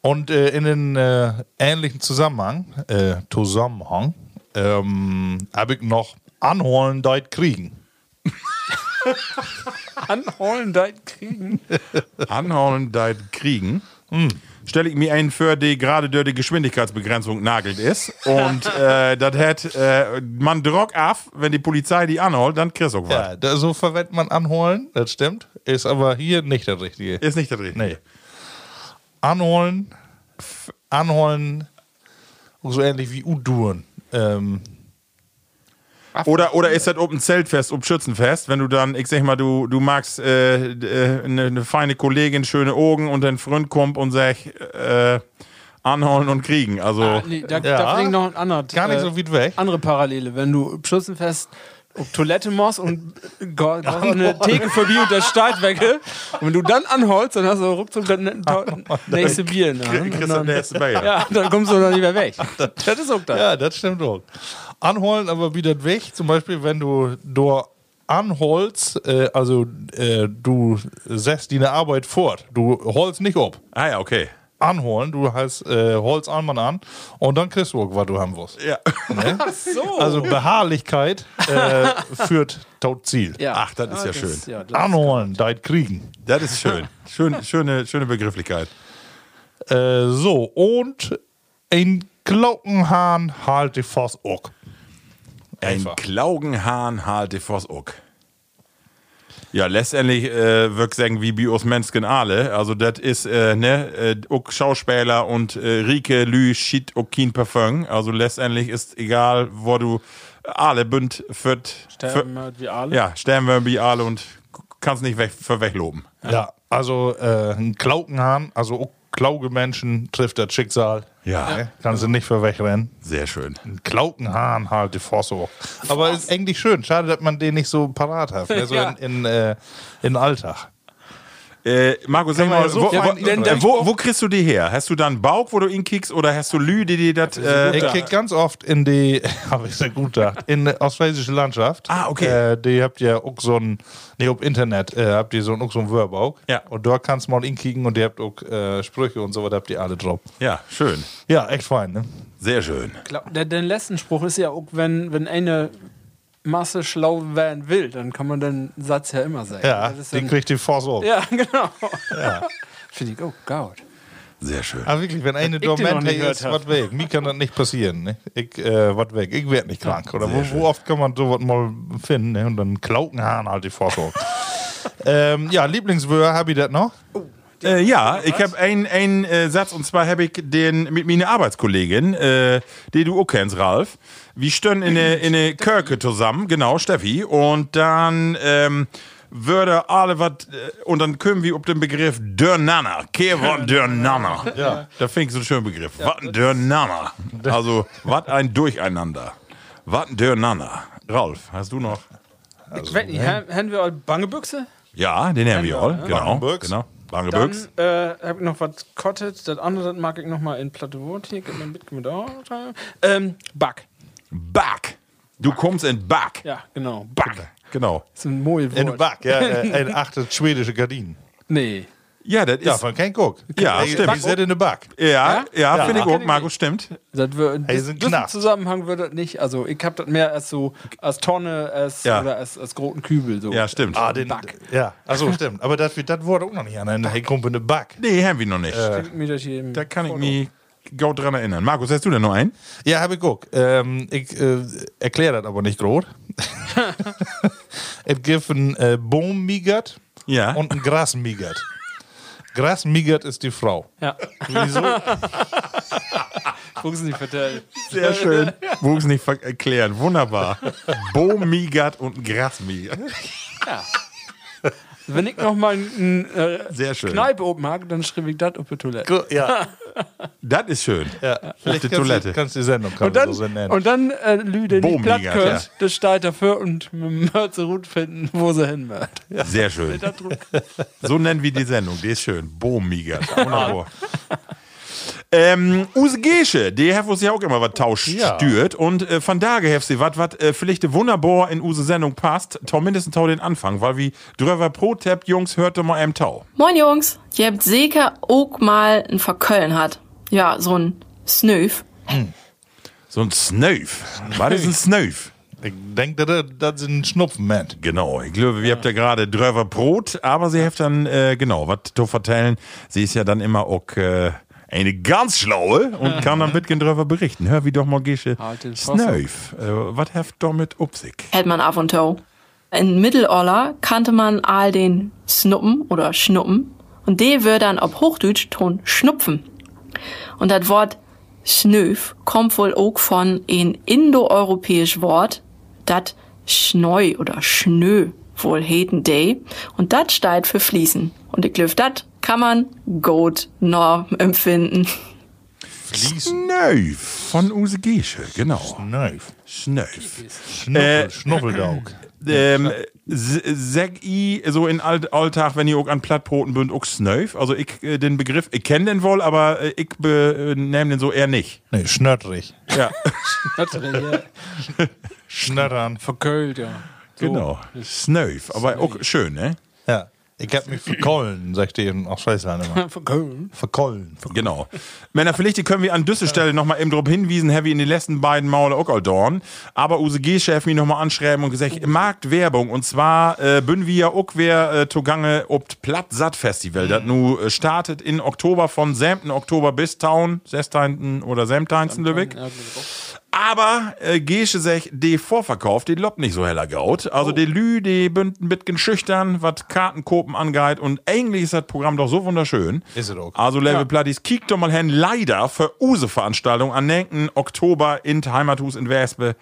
S3: Und äh, in den äh, ähnlichen Zusammenhang, äh, Zusammenhang, ähm, habe ich noch anholen, deit kriegen.
S4: Anholen, dein Kriegen.
S2: Anhauen, deit kriegen.
S3: Mm.
S2: Stelle ich mir ein für die gerade durch die Geschwindigkeitsbegrenzung nagelt ist. Und äh, das hat äh, man drock ab, wenn die Polizei die anholt, dann kriegst du auch was.
S3: Ja, da, so verwendet man anholen, das stimmt. Ist aber hier nicht der richtige.
S2: Ist nicht das Richtige.
S3: Nee. Anholen, f- anholen, so ähnlich wie Uduren. Ähm,
S2: Oder, oder ist das ob ein Zeltfest, ob Schützenfest, wenn du dann, ich sag mal, du, du magst äh, d- äh, eine eine feine Kollegin, schöne Augen und dein Freund kommt und sagt, äh, anholen und kriegen. Also,
S4: Ah, nee, da, da
S3: Ja.
S4: fliegen noch ein anderes.
S3: Gar nicht so weit weg.
S4: Andere Parallele. Wenn du Schützenfest auf Toilette machst und
S2: Oh.
S4: go- go- eine Theke vorbei und der Start wegge. Und wenn du dann anholst, dann hast du ruckzuck das ne- to- nächste Bier. Ne?
S2: Krie- Oh, kriegst du nächste Bier.
S4: Ja, dann kommst du noch nicht mehr weg. Das ist auch das.
S3: ja, das stimmt auch. Anholen, aber wieder weg. Zum Beispiel, wenn du dort anholst, äh, also äh, du setzt deine Arbeit fort. Du holst nicht ab.
S2: ah ja, okay.
S3: Anholen, du hast äh, holst einmal an und dann kriegst du auch, was du haben willst.
S2: Ja.
S4: So.
S3: Also Beharrlichkeit äh, führt tot Ziel.
S4: Ja.
S2: Ach, das ist ja schön.
S4: ja, Ah, das-
S3: Anholen, deit kriegen.
S2: Das ist schön. schön schöne, schöne Begrifflichkeit.
S3: Äh, so, und ein Glockenhahn halte fast auch.
S2: Ein
S3: Einfach.
S2: Klaugenhahn halt die Voss uck. Ja, letztendlich äh, wirkt sagen wie Bios Mensken alle. Also das ist äh, ne äh, uck Schauspieler und äh, Rike Lü shit uck kein Parfum. Also letztendlich ist egal, wo du alle bünd fürt.
S4: Sterben halt wie alle.
S2: Ja, sterben wir wie alle und k- kannst nicht weg, für wegloben.
S3: Ja, also äh, ein Klaukenhahn, also auch klauge Menschen trifft das Schicksal.
S2: Ja.
S3: Ne? Kannst du nicht für wegrennen.
S2: Sehr schön.
S3: Ein Klaukenhahn halt halte fast auch. Aber ist eigentlich schön. Schade, dass man den nicht so parat hat. Ne? So
S4: Ja.
S3: in, in, äh, in Alltag.
S2: Äh, Marco, sag
S3: Kann man
S2: mal,
S3: ja so
S2: wo,
S3: fein
S2: wo,
S3: denn-
S2: äh, wo, wo kriegst du die her? Hast du da einen Bauch, wo du ihn kickst, oder hast du Lü, die dir das. Äh,
S3: Ich krieg ganz oft in die, habe ich sehr gut gedacht, in die ostfriesische Landschaft.
S2: Ah, okay.
S3: Äh, die habt ihr auch so ein, nee, ob Internet, äh, habt ihr so ein, auch so ein Wörbauk.
S2: Ja.
S3: Und dort kannst du mal inkicken und ihr habt auch äh, Sprüche und so, was habt ihr alle drauf.
S2: ja, schön.
S3: Ja, echt fein, ne?
S2: Sehr schön.
S4: Glaub- Der, der letzten Spruch ist ja auch, wenn, wenn eine Masse schlau werden will, dann kann man den Satz ja immer sagen.
S3: Ja,
S4: Das ist
S3: den
S4: dann-
S3: kriegt die Force auch.
S4: Ja, genau. Finde ich, oh Gott.
S2: Sehr schön.
S3: Aber Ah, wirklich, wenn eine
S4: den noch
S3: Dormente
S4: nicht gehört
S3: ist,
S4: hab.
S3: was weg. Mir kann das nicht passieren. Ne? Ich, äh, was weg. Ich werd nicht krank. Oder wo, wo oft kann man sowas mal finden? Ne? Und dann Klaukenhahn halt die Forschung. ähm, ja, Lieblingswör, hab ich das noch?
S2: Äh, ja, ich habe einen äh, Satz und zwar habe ich den mit meiner Arbeitskollegin, äh, die du auch kennst, Ralf. Wir stehen in eine in eine Kirche zusammen, genau, Steffi. Und dann ähm, würde alle was, äh, und dann kommen wir auf den Begriff Dörnanner. Kevon Dörnanner. Ja. Da finde ich so einen schönen Begriff. wat ein Dörnanner. Also, wat ein Durcheinander. Wat ein Dörnanner. Ralf, hast du noch?
S4: Ich weiß nicht, ha- haben wir euch Bangebüchse?
S2: Ja, den haben wir all. Genau.
S3: Bangebüchs.
S2: Genau.
S4: Dann
S2: Bangebüchs.
S4: äh, habe ich noch was kottet. Das andere das mag ich noch mal in Platte Wurst hier. Gib mir mit, gib mir da. Ähm, Back.
S2: Back. Du kommst in Back.
S4: Ja, genau.
S2: Back.
S3: Genau.
S4: Das ist ein Moelwort.
S3: In Back, ja. äh, Ein achtet schwedische Gardinen.
S4: nee.
S2: Ja, das ist.
S3: Davon kein Guck.
S2: Ja,
S3: Ey,
S2: stimmt.
S3: Die sind in der Äh, Back.
S2: Ja, ja,
S3: Ja.
S2: finde ich
S4: Kenn
S2: auch,
S4: ich
S2: Markus, stimmt.
S4: Das wird,
S3: Ey,
S4: das,
S3: sind
S4: diesem
S3: knapp.
S4: Zusammenhang wird das nicht. Also ich hab das mehr als so als Tonne, als
S2: Ja.
S4: oder als, als großen Kübel so.
S2: Ja, stimmt.
S3: Ah, den
S4: Back.
S3: Ja, also stimmt. Aber das, das wurde auch noch nicht an. Hey, Kumpel, eine Back.
S2: Nee, haben wir noch nicht.
S3: Äh,
S4: Ich mir das hier im-
S2: da kann ich mich gut dran erinnern. Markus, hast du denn noch einen?
S3: Ja, habe ich guck. Ähm, ich äh, erkläre das aber nicht groß. es gibt einen äh, Bohmmigert
S2: Ja.
S3: und einen Grasmigert. Grasmigert ist die Frau.
S4: Ja.
S3: Wieso?
S4: Gucken Sie nicht verteilt.
S2: Sehr schön. Wuchs nicht ver- erklären. Wunderbar. Bo-Migert und Gras-Migert.
S4: Wenn ich noch mal ein äh,
S2: Sehr schön.
S4: Kneipe oben mag, dann schreibe ich das auf die Toilette.
S3: Gro- ja,
S2: Das ist schön.
S3: ja.
S2: Auf
S3: Vielleicht
S2: die
S3: kannst Du,
S2: Toilette.
S3: kannst du die Sendung
S4: Und
S3: kannst
S4: dann,
S3: du so nennen.
S4: und dann äh, Lüde nicht
S2: Boom,
S4: platt
S2: Liga,
S4: könnt,
S2: ja.
S4: das steht dafür und mit Mörze Rut finden, wo sie hin wird.
S2: Sehr schön. So nennen wir die Sendung. Die ist schön. Bo-Migert. Wunderbar. Ähm, Use Gesche, die haben uns ja auch immer was tauscht
S3: Ja.
S2: stört. Und äh, von daher haben sie was, was äh, vielleicht wunderbar in Use Sendung passt. Tau mindestens Tau den Anfang, weil wie Dröver Pro Tap Jungs hörte mal em Tau.
S7: Moin Jungs, ihr habt sicher auch mal einen Verköllen hat. Ja, so ein Snöf.
S2: So ein Snöf. Was ist ein Snöf?
S3: ich denke, das, das sind Schnupfenment.
S2: Genau, ich glaube, wir habt ja gerade Dröver Brot, aber sie habt dann, äh, genau, was zu vertellen, sie ist ja dann immer auch äh, eine ganz schlaue und kann dann bisschen Dröver berichten. Hör wie doch mal Gesche
S4: Halt den Fass.
S2: Snöf, äh, was habt damit Upsig?
S7: hält man ab und toe. In Mitteloller kannte man all den Snuppen oder Schnuppen und de wird dann ob Hochdeutsch ton Schnupfen. Und das Wort Schnöf kommt wohl auch von ein indoeuropäisch Wort, dat Schneu oder Schnö wohl heten day und dat steigt für Fließen. Und ich glaube, dat kann man gut norm empfinden.
S3: Fließen.
S2: Snöf von Use Gesche, genau.
S3: Nein.
S2: Snöf.
S3: Schnuffel,
S2: Äh,
S3: Schnuffeldauk.
S2: Ähm, s- sag i so in Alt Alltag, wenn ihr auch an Plattbroten bünd, auch Snöf? Also ich äh, den Begriff, ich kenne den wohl, aber äh, ich be- äh, nehm den so eher nicht.
S3: Nee, schnöttrig.
S2: Ja.
S4: Natürlich, ja.
S3: Schnöttern.
S4: Verköllt, ja. So.
S2: Genau. Snöf, aber auch schön, ne?
S3: Ja. Ich hab mich verkollen, sagt eben auch Scheißland immer.
S4: Verköllen.
S3: Verkollen.
S2: Genau. Männer, vielleicht können wir an düsse Stelle nochmal eben drauf hinwiesen, Heavy in den letzten beiden Male auch all dorn. Aber USG-Chef mich nochmal anschreiben und gesagt, Marktwerbung. Und zwar äh, bünden wir ja auch wer äh, zugange obt Platt-Satt-Festival. Das nu äh, startet in Oktober von 7. Oktober bis Town, 16. oder 17. Lübeck. Aber äh, Gesche sech, de Vorverkauf, de lobt nicht so heller Gaut.
S3: Oh.
S2: Also de Lü, de bünden bitgen schüchtern, wat Kartenkopen angeht. Und eigentlich ist das Programm doch so wunderschön.
S3: Ist es auch.
S2: Also Level Platties, kiek doch mal hin. Leider für use Veranstaltung an 9. Oktober in Heimathus in Wespe.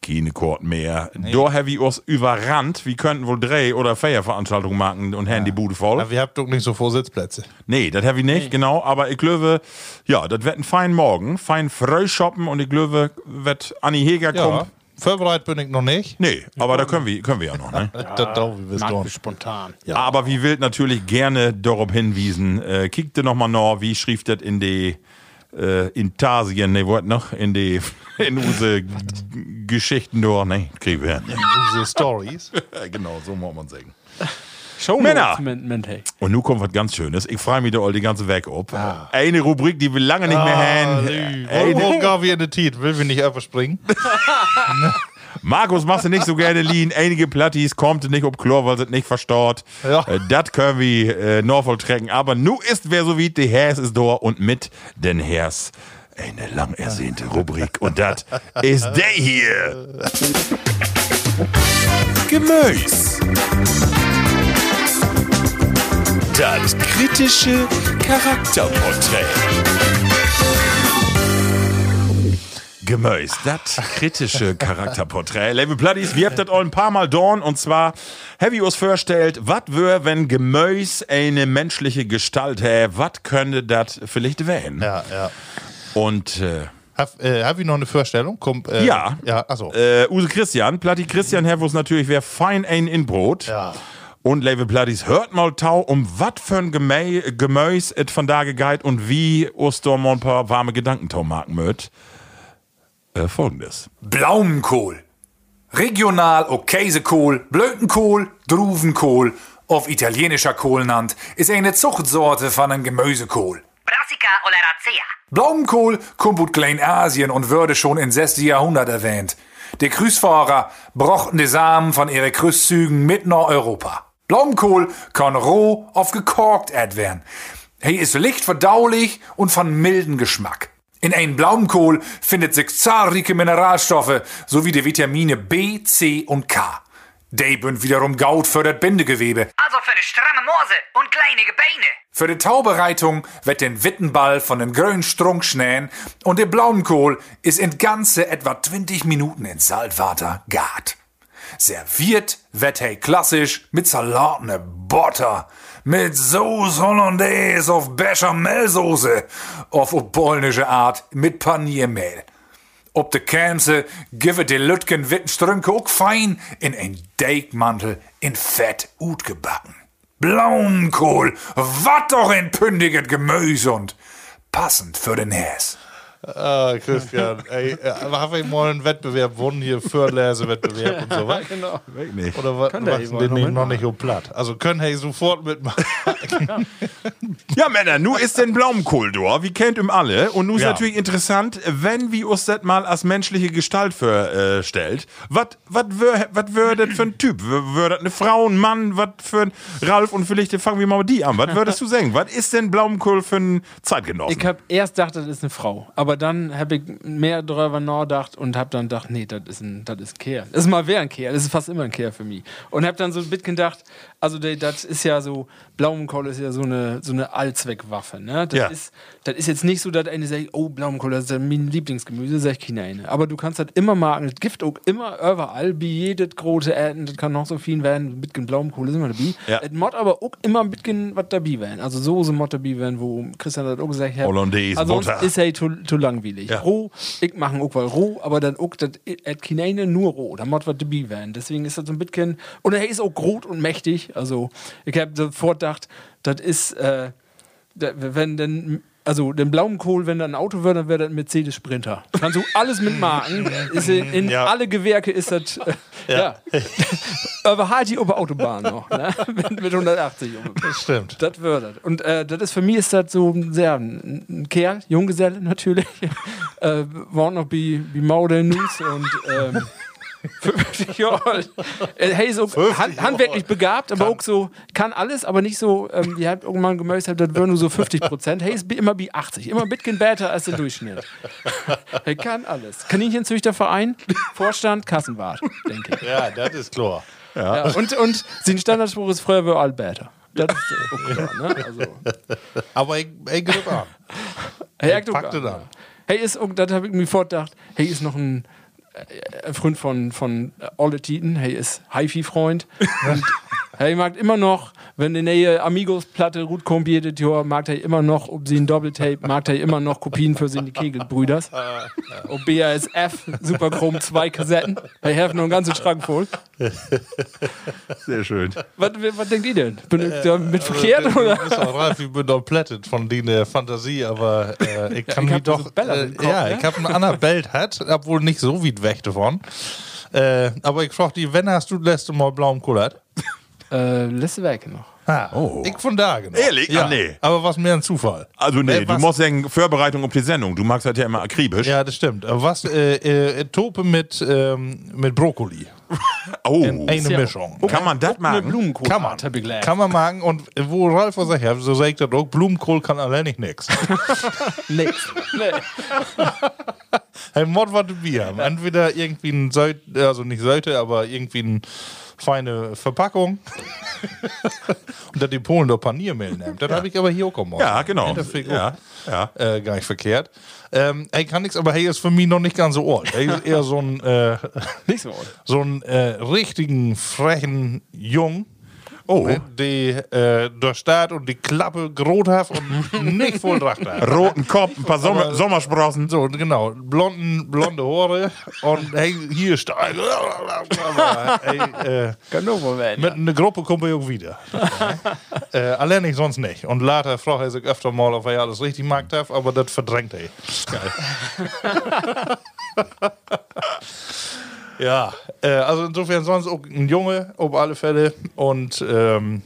S2: Keine Kort mehr. Da heavy uns überrannt. Wir könnten wohl Dreh- oder Feierveranstaltungen machen und Handy Bude voll.
S3: Aber ihr habt doch nicht so vor Sitzplätze.
S2: Nee, das habe ich nicht, genau. Aber ich glaube, ja, das wird ein fein Morgen, fein fröh shoppen und ich glaube, wird Anni Heger kommen.
S3: Vorbereitet bin ich noch nicht.
S2: Nee, aber da können wir, können wir ja noch, ne?
S3: Das dauert wie bis
S4: Mag
S3: dann.
S4: ich spontan.
S2: Aber wie wild natürlich gerne darauf hinwiesen. Äh, kickte nochmal nach, wie schrieb das in die äh, in Tasien, ne, was noch? In die in unsere G- Geschichten dort, ne? Kriegen wir. hin.
S3: Diese Stories.
S2: genau, so muss man sagen.
S4: Show
S2: Männer.
S4: hey.
S2: Und nun kommt was ganz Schönes. Ich freue mich da all die ganze Weg ob. Eine Rubrik, die wir lange nicht mehr haben. Eine-
S3: Wo gab wir in die Tiet? Will wir nicht überspringen?
S2: Markus, machst du nicht so gerne Lean. Einige Plattis kommt nicht ob Chlor, weil sie es nicht verstaut.
S3: Ja.
S2: Äh, das können wir äh, Norfolk trecken. Aber nu ist wer so wie, die Hers ist da und mit den Hers eine lang ersehnte Rubrik. Und das ist der hier.
S6: Gemüse. Das kritische Charakterporträt.
S2: Gemäß, das kritische Charakterporträt. Level Platties, wir habt das all ein paar Mal dorn. Und zwar, Heavy uns vorstellt, was wär, wenn Gemäß eine menschliche Gestalt hä? Was könnte das vielleicht werden?
S3: Ja, ja.
S2: Und, äh,
S3: Hab, äh, hab ich noch eine Vorstellung? Kommt, äh,
S2: Ja.
S3: Ja, achso.
S2: Äh, Use Christian, Platti Christian Hervus natürlich, wer fein ein in Brot.
S3: Ja.
S2: Und Label Plattis, hört mal Tau, um wat für ein Gemä Gemäus et von da gegeit und wie Ostorm ein paar warme Gedanken Tau marken möt. Äh, Folgendes.
S6: Blaumkohl.
S8: Regional Okaisekohl, Blötenkohl, Druvenkohl of italienischer Kohlnand ist eine Zuchtsorte von einem Gemüsekohl.
S9: Brassica oleracea.
S8: Blaumenkohl kommt aus Kleinasien und würde schon im 6. Jahrhundert erwähnt. Die Krüßfahrer brochten die Samen von ihren Krüßzügen mit nach Europa. Blaumenkohl kann roh auf gekorkt ät werden. Er ist leicht verdaulich und von milden Geschmack. In einem Blaumenkohl findet sich zahlreiche Mineralstoffe sowie die Vitamine B, C und K. Die bünd wiederum Gaut fördert Bindegewebe.
S9: Also für eine stramme Morse und kleinige Beine.
S8: Für die Taubereitung wird den Wittenball von den grünen Strunk schnähen und der Blaumenkohl ist in ganze etwa 20 Minuten in Salzwasser gart. Serviert wird er klassisch mit Salatne Butter, mit Sauce Hollandaise auf Bechamelsoße, auf polnische Art mit Paniermehl. Ob de Kämse givet de Lütgen witten Strünke auch fein in ein Deigmantel in Fett utgebacken. Blauenkohl, wat doch ein pündiget Gemüse und passend für den Häs.
S3: Ah, Christian, ey, äh, haben wir mal einen Wettbewerb gewonnen hier, Förderlesewettbewerb und so weiter? genau.
S2: Weg nicht.
S3: Oder was?
S4: der
S3: machen
S4: eben
S3: den
S4: noch
S3: nicht noch nicht so platt? Also können hey sofort mitmachen.
S2: Ja, Männer, nu ist denn Blaumenkohl da. Wie kennt ihm alle. Und nu ist
S3: Ja.
S2: natürlich interessant, wenn wir uns das mal als menschliche Gestalt verstellt. was wär, wat wär das für ein Typ? Wär das eine Frau, ein Mann? Was für ein Ralf? Und vielleicht fangen wir mal mit die an. Was würdest du sagen? Was ist denn Blaumenkohl für ein Zeitgenossen?
S4: Ich habe erst gedacht, das ist eine Frau. Aber dann habe ich mehr darüber nachgedacht und habe dann gedacht, nee, das ist ein, das ist ein Kerl. Das ist mal wer ein Kerl. Das ist fast immer ein Kerl für mich. Und habe dann so ein bisschen gedacht, also der- das ist ja so, Blaumenkohl ist ja so eine, so eine Allzweckwaffe. Ne? Das,
S2: Ja.
S4: ist, das ist jetzt nicht so, dass eine sagt, oh, Blaumenkohl, das ist ja mein Lieblingsgemüse, sag ich keine eine. Aber du kannst das immer machen. Das Gift auch immer überall, bei jedes große Erden, das kann noch so viel werden. Ein bisschen Blaumenkohl ist immer dabei.
S2: Ja.
S4: Das muss aber auch immer ein bisschen was dabei werden. Also Soße muss dabei werden, wo Christian hat auch gesagt, hat,
S2: Hollandaise,
S4: also sonst
S2: Butter.
S4: ist er zu, zu langweilig.
S2: Ja.
S4: Roh, ich mache auch weil roh, aber dann auch, das hat keine nur roh, da muss was dabei werden. Deswegen ist das so ein bisschen, und er ist auch groß und mächtig. Also ich habe sofort gedacht, das ist, äh, da, wenn denn, also den blauen Kohl, wenn da ein Auto wäre, dann wäre das ein Mercedes Sprinter. Kannst du alles mitmachen. Ist in, in
S3: Ja.
S4: alle Gewerke ist das, äh, ja. aber halt die Oberautobahn noch, ne? mit, mit 180.
S3: Stimmt.
S4: Das würde. Und äh, das ist für mich ist das so ein sehr ein, ein Kerl, Junggeselle natürlich. äh, war noch wie wie Maudeln News und ähm, 50 Jahre alt. Äh, Hey, so hand, handwerklich begabt, aber auch so, kann alles, aber nicht so, ähm, die hat irgendwann gemerkt, das wäre nur so 50 Prozent. Hey, ist bi- immer wie 80, immer ein bisschen besser als der Durchschnitt. Er kann alles. Kaninchenzüchterverein, Vorstand, Kassenwart, denke ich.
S3: Ja, das ist klar.
S4: Ja. und, und sein Standardspruch ist früher war all besser. Das ist äh, auch klar, ne? Also,
S3: Aber ich, ich griff an.
S4: Hey, Akto-
S3: packte da.
S4: Hey, ist, und das habe ich mir fortgedacht. Hey, ist noch ein äh, ein Freund von, von äh, Olle Tieten. Hey, ist HiFi-Freund. Und hey, mag immer noch, wenn die neue Amigos-Platte gut kommt jedes Jahr, mag er immer noch, ob sie ein Doppeltape, mag er immer noch Kopien für sie in die Kegelbrüders. Ob BASF, Superchrom, zwei Kassetten. Hey, helfen noch einen ganzen Schrank voll.
S2: Sehr schön.
S4: Was, was denkt ihr denn? Bin ich da mit verkehrt oder?
S3: Ich bin auch reif, ich bin Also, doch plättet von der Fantasie, aber äh, ich kann
S4: ich
S3: mich
S4: hab da so
S3: doch.
S4: Bälle
S3: äh,
S4: im Kopf,
S3: ja,
S4: ne?
S3: ich habe einen anderen Belt hat, obwohl nicht so weit weg davon. Äh, aber ich frage die, wenn hast du das letzte Mal blauen Kohl hat?
S4: Äh, letzte Werke noch.
S3: Ah, Ich von da genau.
S2: Oh. Ehrlich?
S3: Ja,
S2: Ah, nee.
S3: Aber was mehr ein Zufall.
S2: Also nee,
S3: Äh,
S2: du
S3: was-
S2: musst sagen, Vorbereitung auf die Sendung. Du magst das ja immer akribisch.
S3: Ja, das stimmt. Aber Was äh, äh, Tope mit, ähm, mit Brokkoli.
S2: Oh,
S3: Eine Mischung.
S2: kann man das machen?
S4: Blumenkohl.
S3: Kann man.
S4: Hab ich gelernt.
S3: Kann man machen. Und wo Ralf was sagt, ja, so sagt er auch, Blumenkohl kann allein nicht nix.
S4: Nix. Nee.
S3: Ein Mod war Bier. haben. Entweder irgendwie ein Seite, also nicht Seite, aber irgendwie eine feine Verpackung. Und dann die Polen doch Paniermehl nehmen. Das habe ich aber hier auch gemacht.
S2: Ja, genau.
S3: Das finde ich
S2: Ja, ja.
S3: auch, äh, gar nicht verkehrt. Ähm, ey, kann nichts, aber hey, ist für mich noch nicht ganz so alt. Hey, ist eher so ein, äh,
S4: Nix mehr.
S3: so einen äh, richtigen, frechen Jung.
S2: Oh.
S3: Die äh, der Staat und die Klappe grothaft und nicht voll Tracht hat.
S2: Roten Kopf, ein paar Sommer Sommersprossen.
S3: So, genau. Blonden, blonde Haare und hey, hier steig. hey, äh,
S4: Kann nur wohl werden.
S3: mit einer Gruppe kommen wir auch wieder. äh, allein ich sonst nicht. Und later fragt er sich öfter mal, ob er alles richtig gemacht hat, aber das verdrängt er. Geil. Ja, äh, also insofern sonst auch ein Junge auf alle Fälle und ähm,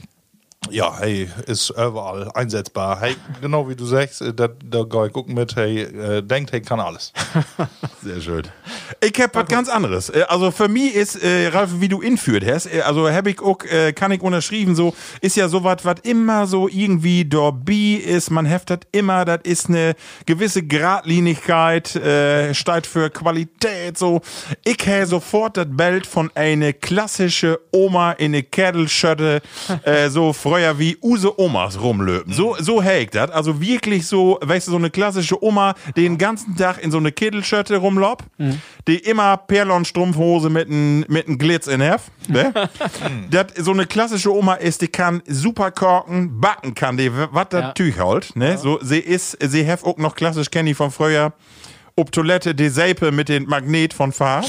S3: ja, hey, ist überall einsetzbar. Hey, genau wie du sagst, äh, da, da gehe ich gucken mit, hey, äh, denkt, hey, kann alles.
S2: Sehr schön. Ich hab was ganz anderes. Äh, Also für mich ist, äh, Ralf, wie du inführt hast, äh, also hab ich auch, äh, kann ich unterschrieben, so, ist ja sowas, was immer so irgendwie Dorbi ist, man heftet immer, das ist eine gewisse Gradlinigkeit, äh, steigt für Qualität, so. Ich hä sofort das Bild von eine klassische Oma in eine Kerdelschötte, äh, so früher wie Use Omas rumlöpen. So, so hä ich das. Also wirklich so, weißt du, so eine klassische Oma, den ganzen Tag in so eine Kittelschötte rumlob, die immer Perlon-Strumpfhose mit einem mit n Glitz in Hef. Ne? das, so eine klassische Oma ist, die kann super korken, backen kann die, was das
S4: Ja.
S2: Tüch holt. Ne? So, sie ist, sie hef auch noch klassisch Kenny von früher. Ob Toilette die Säpe mit dem Magnet von Fahr.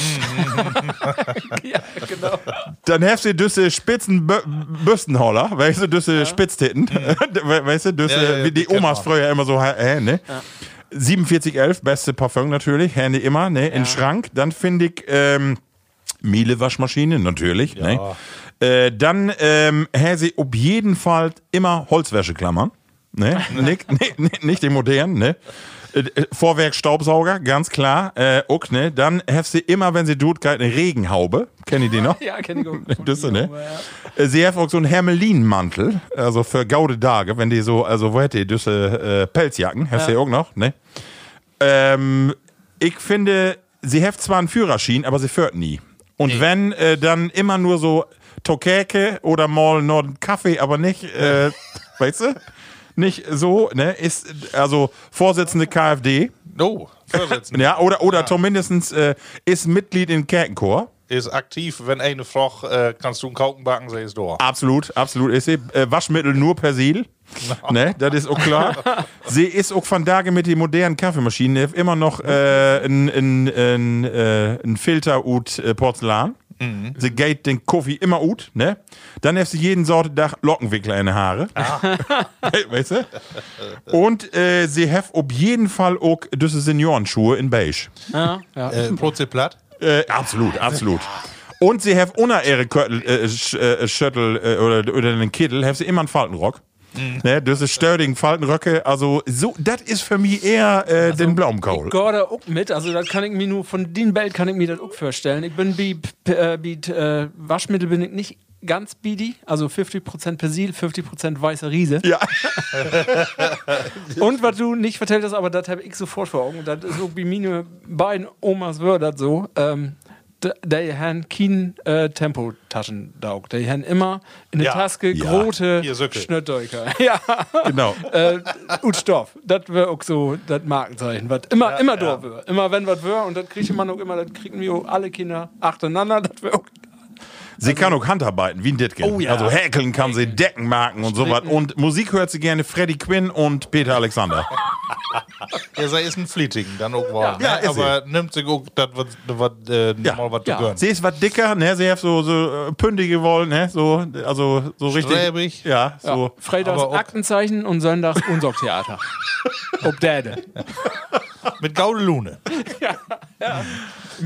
S4: Ja, genau.
S2: Dann hast du diese spitzen Bö- Büstenholler, weißt du, diese Spitztitten, We- weißt du, diese,
S3: Ja, ja, ja,
S2: wie die
S3: die kennt
S2: Omas
S3: man.
S2: früher immer so, äh, ne? 4711, beste Parfum natürlich, Handy immer, ne, in Schrank. Dann finde ich, ähm, Miele Waschmaschine, natürlich, ne? Äh, dann, ähm, hä, sie auf jeden Fall immer Holzwäscheklammern, ne? nicht, nicht, nicht, nicht den modernen, ne? Äh, äh, Vorwerk Staubsauger, ganz klar. Äh, ok, ne? Dann hast sie immer, wenn sie tut, eine Regenhaube. Kennt ihr die noch?
S4: Ja, kenn ich auch.
S2: Das, ne? Sie hat auch so einen Hermelinmantel, also für gaude Tage, wenn die so, also wo hätte die diese äh, Pelzjacken, hast du ja auch noch, ne? Ähm, ich finde, sie hat zwar einen Führerschein, aber sie fährt nie. Und wenn, äh, dann immer nur so Tokäke oder mal noch einen Kaffee, aber nicht, äh, weißt du? Nicht so, ne? Ist, also Vorsitzende KfD,
S3: No, Vorsitzende.
S2: ja, oder, oder zumindestens äh, ist Mitglied in Kerkenchor.
S3: Ist aktiv, wenn eine Froch, äh, kannst du einen Kauken backen, sie ist da.
S2: Absolut, absolut ist sie. Äh, Waschmittel nur Persil. Ne, das ist auch klar. sie ist auch von Tage mit den modernen Kaffeemaschinen hat immer noch äh, ein, ein, ein, äh, ein Filter ut äh, Porzellan. Sie geht den Kaffee immer ut, ne? Dann hat sie jeden Sorte Dach Lockenwickler in den Haare. weißt du? Und äh, sie hat auf jeden Fall auch diese Seniorenschuhe in beige.
S4: Ja, ja.
S3: Äh, Prozeplatt?
S2: Äh, absolut, absolut. Und sie have ohne ihre Köttel, äh, Sch- äh, Schöttel äh, oder, oder den Kittel, have sie immer einen Faltenrock.
S4: Mhm.
S2: Ne, das ist Störding, Faltenröcke, also so, das ist für mich eher äh,
S4: Also
S2: den Blaumkohl.
S4: Geh da auch mit, also das kann ich mir nur, von dem Bild kann ich mir das auch vorstellen. Ich bin bi, p- äh, bi äh, Waschmittel bin ich nicht ganz bidi, also 50% Persil, 50% weißer Riese.
S2: Ja,
S4: Und was du nicht vertellt hast, aber das habe ich sofort vor Augen, das ist so wie meine beiden Omas Wörter so, ähm, d- die haben kein äh, Tempotaschen da auch. Die haben immer in der
S3: Ja.
S4: Taske
S2: Ja.
S4: große
S3: Hier, Söcke.
S4: Schnöttdeuker. Ja.
S2: genau.
S4: äh, und Stoff. Das wäre auch so das Markenzeichen. Was immer, immer ja. wär. Immer wenn was wär und das kriegt man auch immer, das kriegen wir auch alle Kinder achteinander. Das wär auch.
S2: Sie kann auch Handarbeiten, wie ein Ditgen.
S4: Oh ja.
S2: Also häkeln kann sie, Decken marken und sowas. Und Musik hört sie gerne Freddie Quinn und Peter Alexander.
S3: Ja, sei ist ein Fleeting, dann auch mal.
S2: Ja, ist
S3: ne?
S2: sie.
S3: Aber nimmt sie auch das, was, was, äh, mal was
S4: Ja.
S3: du gönnst.
S2: sie ist was dicker, ne? Sie hat so, so äh, pündige wollen, ne? So, also so richtig.
S3: Strebig.
S2: Ja, so.
S4: Freitags
S3: Aber auch-
S4: Aktenzeichen und Sonntags Unsorgtheater. Ob Däde.
S3: Mit Gaudelune.
S4: Ja,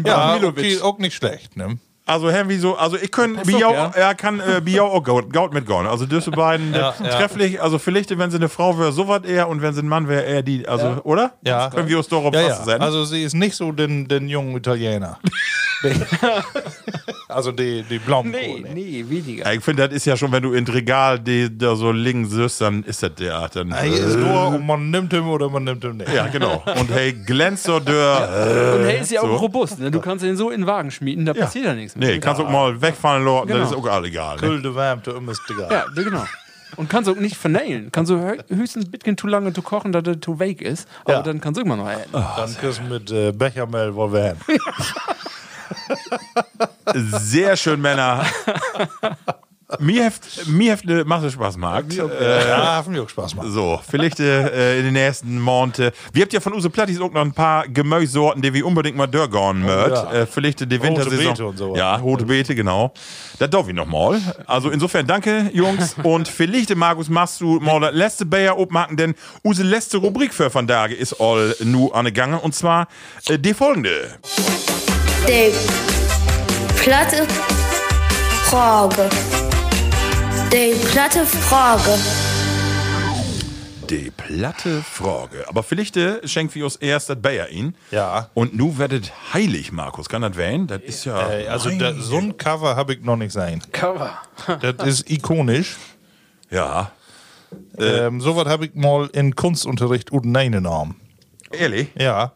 S3: Ja,
S4: Milovic.
S3: okay, auch nicht schlecht, ne?
S2: Also Henry so, also ich kann
S4: auf,
S2: Biau,
S4: ja.
S2: er kann äh, Biau auch Gold, Gold mitgehen. Also diese beiden
S3: Ja,
S2: äh,
S3: ja.
S2: trefflich, also vielleicht wenn sie eine Frau wäre, so was eher und wenn sie ein Mann wäre, eher die, also oder?
S3: Ja.
S2: Können wir uns doch auf
S3: Ja,
S2: ja,
S3: ja.
S2: sein.
S3: Also sie ist nicht so den, den jungen Italiener. Die- also die, die ne?
S4: Nee,
S3: Blaumkohl. Nee,
S4: nee, weniger.
S2: ja, ich finde, das ist ja schon, wenn du in Regal die da so links siehst, dann ist das der Art. Dann, äh,
S3: Hier ist nur, und man nimmt ihn oder man nimmt ihn nicht.
S2: ja, genau. Und hey, glänzt so der.
S4: Und hey, ist ja auch
S2: Äh, so.
S4: robust. Ne? Du kannst den so in den Wagen schmieden, da passiert ja nichts mehr.
S2: Nee, kannst auch mal wegfallen, Lord,
S4: Genau.
S2: das ist auch alle egal. Ne?
S3: Kühl de Wärmte, immer ist egal.
S4: Ja, genau. Und kannst auch nicht vernailen. Kannst du hö- höchstens ein bisschen zu lange zu kochen, dass er zu wake ist. Aber
S3: Ja.
S4: dann kannst du immer noch essen.
S2: Ah.
S3: Dann küssen mit äh, Bechermel, wo wir hin.
S2: Sehr schön, Männer. mir heft, mir heft ne, macht es Spaß, Markt.
S3: Äh, Ja, haben wir auch Spaß gemacht.
S2: So, vielleicht äh, in den nächsten Monaten. Wir habt ja von Use Plattis auch noch ein paar Gemäusesorten, die wir unbedingt mal dörgorn mört.
S3: Oh, ja.
S2: äh, vielleicht die Wintersaison.
S3: Beete und sowas.
S2: Ja, rote Beete, genau. Das darf ich nochmal. Also insofern danke, Jungs. und vielleicht, Markus, machst du mal das letzte Bayer obmachen, denn Use letzte Rubrik für von Tage ist all nu an der Gange. Und zwar äh, die folgende.
S5: Die Platte Frage. Die platte Frage.
S2: Die platte Frage. Aber vielleicht äh, schenkt wir uns erst das Bayer ihn.
S3: Ja.
S2: Und nu werdet heilig, Markus. Kann das wählen? Das ist ja.
S3: Ey, also
S2: Nein.
S3: da, so ein Cover habe ich noch nicht sein.
S4: Cover.
S3: Das ist ikonisch.
S2: Ja.
S3: Ähm, so was habe ich mal in Kunstunterricht unten eingenommen.
S2: Ehrlich?
S3: Ja.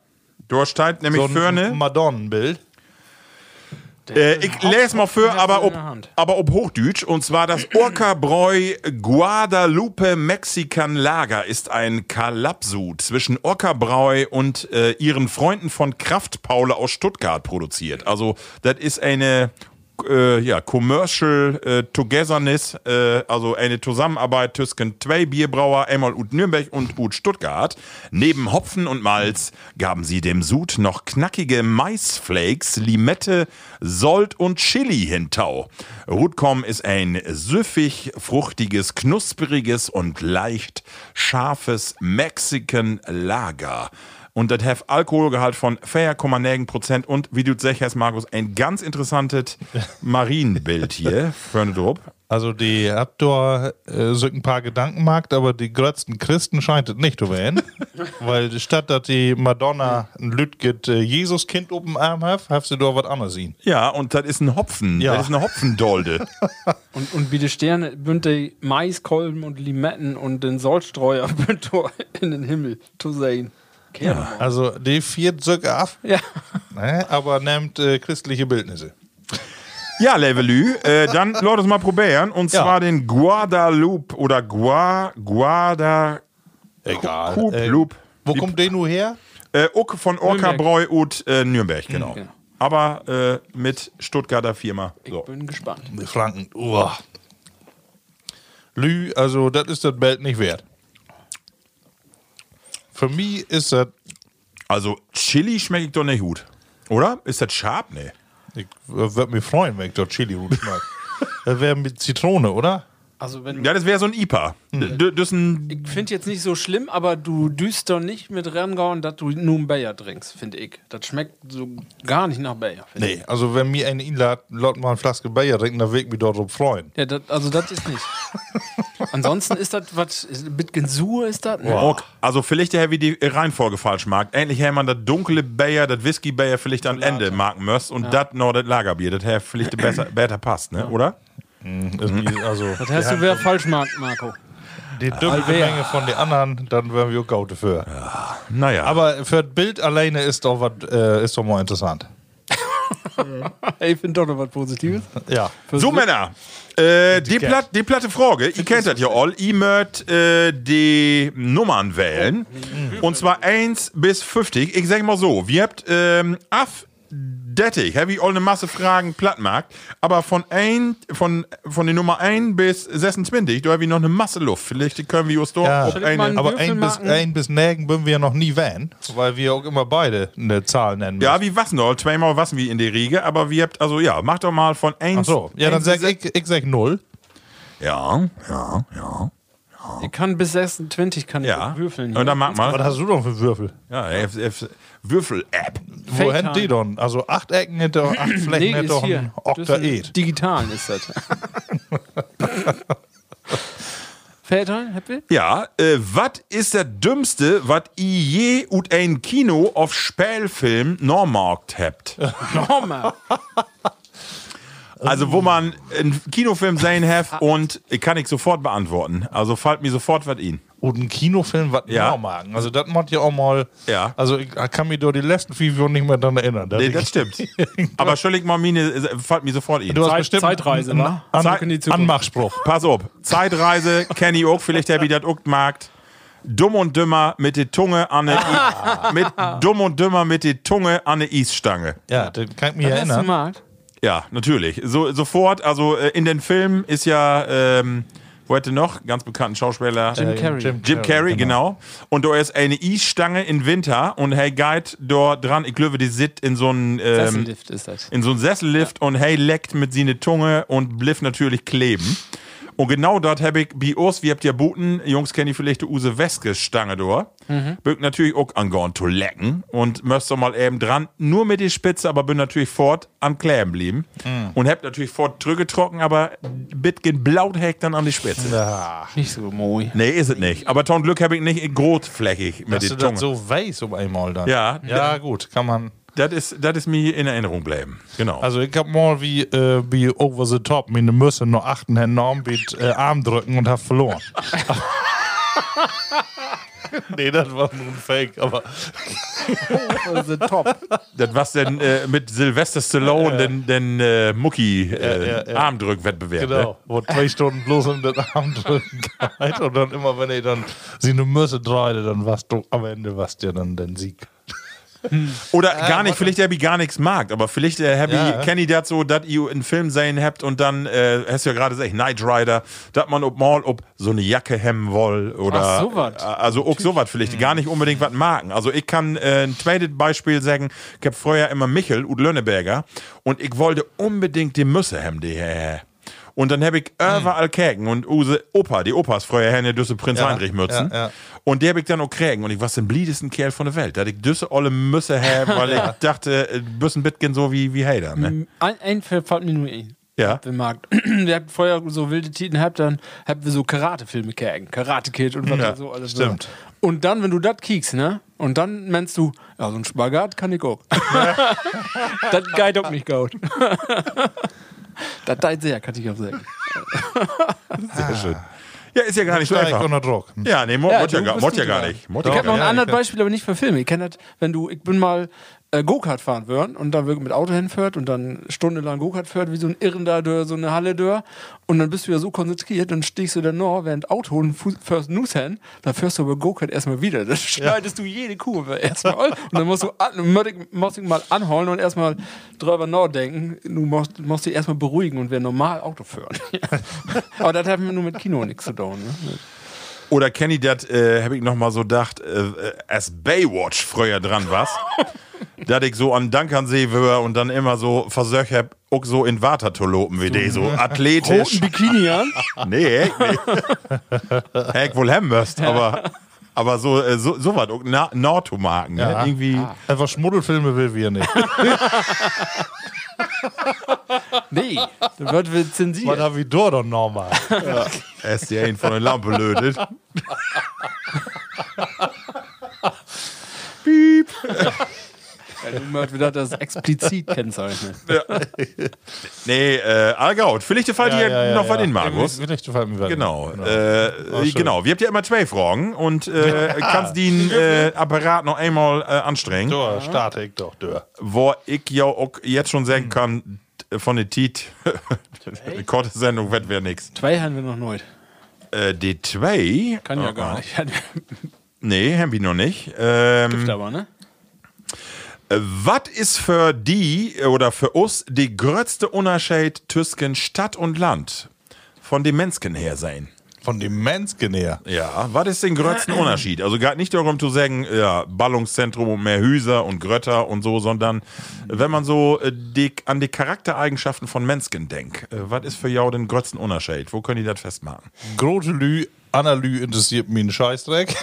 S2: Du steigt nämlich
S3: So
S2: so
S3: ein
S2: Förne.
S3: Madonnenbild.
S2: Äh, ich lese mal für, aber ob,
S4: in der Hand.
S2: aber ob Hochdeutsch. Und zwar das Orca-Bräu Guadalupe Mexican Lager ist ein Kalapsu zwischen Orca-Bräu und äh, ihren Freunden von Kraft Paule aus Stuttgart produziert. Also, das ist eine äh, ja, Commercial äh, Togetherness, äh, also eine Zusammenarbeit zwischen zwei Bierbrauer, einmal ut Nürnberg und ut Stuttgart. Neben Hopfen und Malz gaben sie dem Sud noch knackige Maisflakes, Limette, Sold und Chili hintau. Rutkom ist ein süffig, fruchtiges, knusperiges und leicht scharfes Mexican Lager. Und das hat Alkoholgehalt von 4,9 Prozent und, wie du sicherst, Markus, ein ganz interessantes Marienbild hier. Hörne drauf.
S3: Also die habt ihr äh, so ein paar Gedanken gemacht, aber die größten Christen scheint es nicht zu werden. Weil statt dass die Madonna ein Lütget äh, Jesuskind oben im Arm hat, habt sie doch was anderes sehen.
S2: Ja, und das ist ein Hopfen.
S3: Ja.
S2: Das ist eine Hopfendolde.
S4: Und, und wie die Sterne bündte Maiskolben und Limetten und den Salzstreuer bündte in den Himmel zu sehen. Ja.
S3: Also die viert circa ab,
S4: ja.
S3: ne, aber nimmt äh, christliche Bildnisse.
S2: ja, Levelü, äh, dann lass uns mal probieren. Und
S3: Ja.
S2: zwar den Guadalupe oder Gua, Guada,
S3: Egal. Äh,
S2: Kup, Lup.
S3: wo
S2: Die-
S3: kommt der nur her?
S2: äh, Uck von Orca
S4: Nürnberg.
S2: Bräu und äh, Nürnberg, genau.
S4: genau.
S2: Aber äh, mit Stuttgarter Firma. So.
S4: Bin gespannt.
S3: Die Franken. Uah. Lü, also das ist das Bild nicht wert. Für mich ist das,
S2: Also Chili schmeckt doch nicht gut. Oder? Ist das scharf? Nee.
S3: ich würde mich freuen, wenn ich dort Chili gut schmecke. das wäre mit Zitrone, oder?
S4: Also wenn
S2: Ja, das wäre so ein IPA. D- Das ist ein
S4: ich finde jetzt nicht so schlimm, aber du düst doch nicht mit rangauen, dass du nur einen Bayer trinkst, finde ich. Das schmeckt so gar nicht nach Bayer. find ich.
S3: Nee, also wenn mir eine einlädt, laut mal eine Flaske Bayer trinken, dann würde ich mich dort drauf freuen.
S4: Ja, dat, also das ist nicht. Ansonsten ist das was, Bitgensur ist das? Ne?
S2: Okay. Also vielleicht der wie die Reihenfolge falsch mag. Endlich hätte man das dunkle Bayer, das Whisky Bayer vielleicht am Ende marken müssen und das noch das Lagerbier, das hätte vielleicht besser, besser passt, ne? oder?
S3: Irgendwie, Also,
S4: Das hast du wer falsch gemacht, Marco.
S3: die doppelte Menge von den anderen, dann wären wir auch gut dafür.
S2: Naja.
S3: Aber für das Bild alleine ist doch, was, äh, ist doch mal interessant.
S4: Ich finde doch noch was Positives.
S3: Ja.
S2: so Männer, äh, die, Plat die platte Frage, ihr kennt das ja all, ihr mögt äh, die Nummern wählen
S3: Mhm.
S2: und zwar 1 bis 50. Ich sag mal so, wir habt ähm, af Dettig, hab ich all eine Masse Fragen plattmarkt, aber von ein, von, von der Nummer 1 bis 26, da hab ich noch eine Masse Luft. Vielleicht können wir uns doch
S3: Ja.
S2: auf
S3: Schlägt
S2: eine,
S4: man-
S3: Aber
S4: Würfel
S3: ein bis,
S4: machen.
S3: ein bis Nägen würden wir ja noch nie wählen, weil wir auch immer beide eine Zahl nennen
S2: Ja, wie wassen all, zweimal wassen wir in der Riege, aber wir habt, also ja, macht doch mal von 1.
S3: Ach so, ja, dann sag ich, ich sag null.
S2: Ja, ja, ja.
S4: Ich kann bis 26 kann
S2: Ja.
S4: ich würfeln.
S2: Und dann mag
S3: Was
S2: mal.
S3: hast du doch für Würfel?
S2: Ja, F- F- Würfel-App.
S3: Wo
S4: Fake
S3: hängt die
S4: Time.
S3: denn? Also acht Ecken hätte acht Flächen
S4: Nee,
S3: hätte
S4: ist
S3: doch
S4: hier.
S3: ein
S4: Das ist ein
S3: Oktaed.
S4: Digitalen ist das. Väter, happy?
S2: Ja, äh, was ist der dümmste, was i je ut ein Kino auf Spälfilm normarkt habt?
S4: Normal.
S2: Also wo man einen Kinofilm sehen hef und äh, kann ich sofort beantworten. Also fällt mir sofort was ihn.
S3: Und ein Kinofilm, was
S2: Ja.
S3: ja. machen. Also das macht ja auch mal.
S2: Ja.
S3: Also ich kann mich durch die letzten vier Wochen nicht mehr daran erinnern.
S2: Nee, das stimmt. Aber Schöllig Marmine äh, fällt mir sofort ihn.
S3: Du hast
S4: Zeit-
S3: bestimmt
S4: Zeitreise,
S3: einen
S4: wa?
S3: An
S2: Zurück
S4: in die Zukunft.
S3: Anmachspruch.
S2: Pass auf. Zeitreise, Kenny Oak, vielleicht der wieder Uckt markt. Dumm und dümmer mit der Tunge an der I mit Dumm und dümmer mit der Tunge an der Isstange.
S3: Ja, den kann ich mich
S4: Hast du
S3: erinnern.
S4: Markt?
S2: Ja, natürlich. So, sofort, also äh, in den Filmen ist ja, ähm, wo hätte noch? Ganz bekannten Schauspieler.
S4: Jim
S2: Äh,
S4: Carrey.
S2: Jim Carrey, genau. Und da ist eine Eisstange in Winter und hey Guide dort dran, ich glaube, die sitzt in so einem ähm,
S4: Sessellift ist das.
S2: in so einem Sessellift und hey leckt mit sie eine Tunge und bliff natürlich kleben. Und genau dort habe ich bei uns, wir habt ja Buten, Jungs kennen die vielleicht die Use Weskes Stange dort.
S3: Mhm.
S2: Bin natürlich auch angehauen zu lecken und möchte so mal eben dran, nur mit die Spitze, aber bin natürlich fort am Kleben blieben.
S3: Mhm.
S2: Und hab natürlich fort drückgetrocken, aber bitgen blaut heck dann an die Spitze.
S4: Nicht so moi.
S2: Nee, ist es nicht. Aber ton Glück habe ich nicht großflächig mit
S3: Dass
S2: der
S3: du
S2: Zunge.
S3: das so weißt um einmal dann.
S2: Ja.
S3: Ja, gut, kann man.
S2: Das ist, das ist mir in Erinnerung bleiben. Genau.
S3: Also ich hab mal wie, äh, wie over the top meine Müsse nur achten enorm mit äh, Arm drücken und hab verloren. nee, das war nur ein Fake, aber
S4: Das ist Also top.
S2: das was denn äh, mit Sylvester Stallone den, den äh, Mucki äh, Armdrückwettbewerb. Ne?
S3: genau. Wo zwei Stunden bloß um den Arm drücken geht und dann immer, wenn ich dann sie eine Müsse dreide, dann warst du am Ende warst dir dann den Sieg.
S2: Oder gar nicht, vielleicht habe ich gar nichts mag, aber vielleicht äh, habe ich
S3: Äh, Ja.
S2: Kandidat so, dass ihr einen Film sehen habt und dann, äh, hast du ja gerade gesagt, Knight Rider, dass man ob mal ob so eine Jacke hemmen will oder.
S4: Ach, so wat.
S2: Äh, Also auch sowas vielleicht, gar nicht unbedingt was Marken. Also ich kann äh, ein zweites Beispiel sagen, ich habe früher immer Michel und Lönneberger und ich wollte unbedingt die Müsse hemmen, die äh, und dann habe ich
S3: Hm.
S2: überall Kägen und Use Opa, die Opas früher herne Düsse Prinz Heinrich Mützen.
S3: ja, ja.
S2: Und die habe ich dann auch kriegen. Und ich war den bliedesten Kerl von der Welt. Da hatte ich Düsse olle Müsse haben, weil ich dachte, äh, bisschen Bitgen so wie, wie Hader. Ne?
S4: Ein, ein Fall fällt mir nur ein.
S2: Ja.
S4: Auf dem Markt. Wir hatten vorher so wilde Titen gehabt, dann haben wir so Karate-Filme gekriegt. Karate-Kid und was da so alles
S3: stimmt.
S4: war. Und dann, wenn du das kiekst, ne? Und dann meinst du, ja, so ein Spagat kann ich auch. das geht auch nicht gut. das geht sehr, kann ich auch sagen.
S2: Sehr schön. Ja, ist ja gar nicht so
S3: Gleich
S2: einfach.
S3: unter Druck.
S2: Ja, nee, mo-
S4: Ja,
S2: wollt ja,
S4: du
S2: gar-
S4: bist
S2: wollt ja
S4: gut
S2: gar
S4: dran.
S2: nicht. Wollt
S3: Doch,
S2: ja
S4: Ich habe noch
S2: gar
S4: ein
S2: nicht.
S3: ja,
S4: anderes
S3: ich-
S4: Beispiel, aber nicht für Filme. Ich kenne das, wenn du, ich bin mal äh, Go-Kart fahren würden und dann wirklich mit Auto hinfährt und dann stundenlang Go-Kart fährt, wie so ein Irrender durch so eine Halle durch und dann bist du ja so konzentriert, dann stichst du dann noch, während Auto und Fu- First News hin, dann fährst du über Go-Kart erstmal wieder. Dann schneidest du jede Kurve erstmal und dann musst du an, musst ich- musst ich mal anholen und erstmal drüber nachdenken. Du musst, musst dich erstmal beruhigen und wer normal Auto fahren. aber das hat mir nur mit Kino nichts zu tun. Ne?
S2: Oder Kenny, das äh, habe ich noch mal so gedacht, äh, äh, als Baywatch früher dran war, dass ich so an Dankernsee war und dann immer so versöch hab, auch so in Watertolopen wie die, so athletisch.
S4: Bikini an?
S2: Nee, ich nicht. Hätte ich wohl haben müsst, aber, aber so, äh, so, so was, Na, Nortomarken, ne?
S3: Ja.
S2: Irgendwie.
S4: Ah.
S3: Einfach Schmuddelfilme will wir nicht.
S4: Nee, das wird wir
S3: Was
S4: zensiert.
S3: hab ich da doch nochmal?
S2: Er ist ja ihn von der Lampe lötet.
S4: Du möchtest wieder das explizit kennzeichnen.
S2: Nee, äh, Allgäu. Vielleicht fällt dir noch was in, Markus.
S3: Will nicht gefallen mir
S2: Genau, äh,
S3: schön.
S2: genau. Wir habt ja immer zwei Fragen und äh, kannst den äh, Apparat noch einmal äh, anstrengen,
S3: Ja, starte ich doch, dör.
S2: wo ich ja auch jetzt schon
S4: Hm.
S2: sagen kann, t- von der Tiet, eine kurze Sendung wird wäre nix.
S4: Zwei haben wir noch neu.
S2: Äh, die zwei,
S4: Kann ja
S2: Oh,
S4: gar
S2: oh.
S4: nicht.
S2: Nee, haben wir noch nicht. Ähm,
S4: Dürfte aber, ne?
S2: Was ist für die oder für uns die größte Unterschied zwischen Stadt und Land? Von dem Menschen her sein.
S3: Von dem Mensken her.
S2: Ja, was ist den größten Unterschied? Also gar nicht darum zu sagen, ja, Ballungszentrum und mehr Hüser und Grötter und so, sondern äh, wenn man so äh, die, an die Charaktereigenschaften von Menschen denkt, äh, was ist für jou den größten Unterschied? Wo können die das festmachen?
S3: Grote Lü, Analü interessiert mich ein Scheißdreck.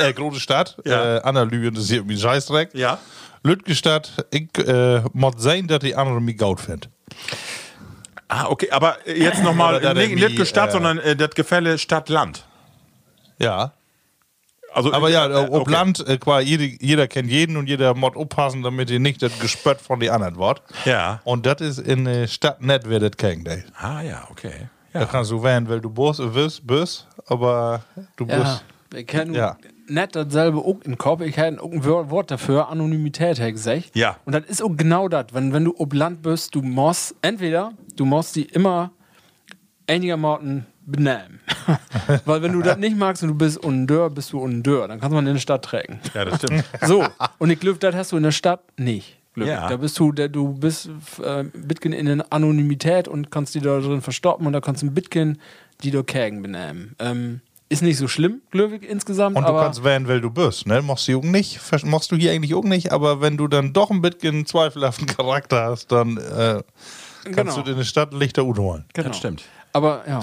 S3: äh, grote Stadt,
S2: Ja.
S3: äh, Analü interessiert mich ein Scheißdreck.
S2: Ja.
S3: Lütke Stadt, ich äh, mod sein, dass die anderen mich gut finden.
S2: Ah, okay, aber jetzt nochmal,
S3: Oder dat
S2: nicht
S3: er
S2: nicht
S3: nie,
S2: Stadt,
S3: äh,
S2: sondern äh, das Gefälle Stadt-Land.
S3: Ja.
S2: Also,
S3: Aber ja, äh, ob
S2: okay.
S3: Land, äh, qua jede, jeder kennt jeden und jeder mod aufpassen, damit ihr nicht das Gespött von die anderen wart.
S2: Ja.
S3: Und das ist in äh, Stadt nicht, wer das kennt, ey.
S2: Ah, ja, okay.
S3: Da kannst du wählen, weil du bist, bist, bist, aber du
S4: Ja.
S3: bist.
S4: Wir kennen
S3: Ja.
S4: nicht dasselbe auch im Kopf. Ich hätte auch ein Wör- Wort dafür, Anonymität, hätte ich gesagt.
S2: Ja.
S4: Und das ist auch genau das. Wenn, wenn du Obland bist, du musst entweder, du musst die immer einigermaßen benehmen. Weil wenn du das nicht magst und du bist undör, bist du undör. Dann kannst man in die Stadt trägen.
S2: Ja, das stimmt.
S4: So, und ich glaube, das hast du in der Stadt nicht. Glück.
S2: Ja.
S4: Da bist du, da, du bist äh, Bitcoin in der Anonymität und kannst die da drin verstoppen und da kannst du ein Bitcoin die da Kägen benehmen. Ähm, ist nicht so schlimm, Glöwig insgesamt,
S3: Und du
S4: aber
S3: kannst wählen, weil du bist, ne? Machst du auch nicht, vers- machst du hier eigentlich auch nicht, aber wenn du dann doch ein bisschen zweifelhaften Charakter hast, dann äh, kannst
S4: Genau.
S3: du dir eine Stadt lichter Udo holen.
S4: genau.
S2: Das stimmt.
S4: Aber ja.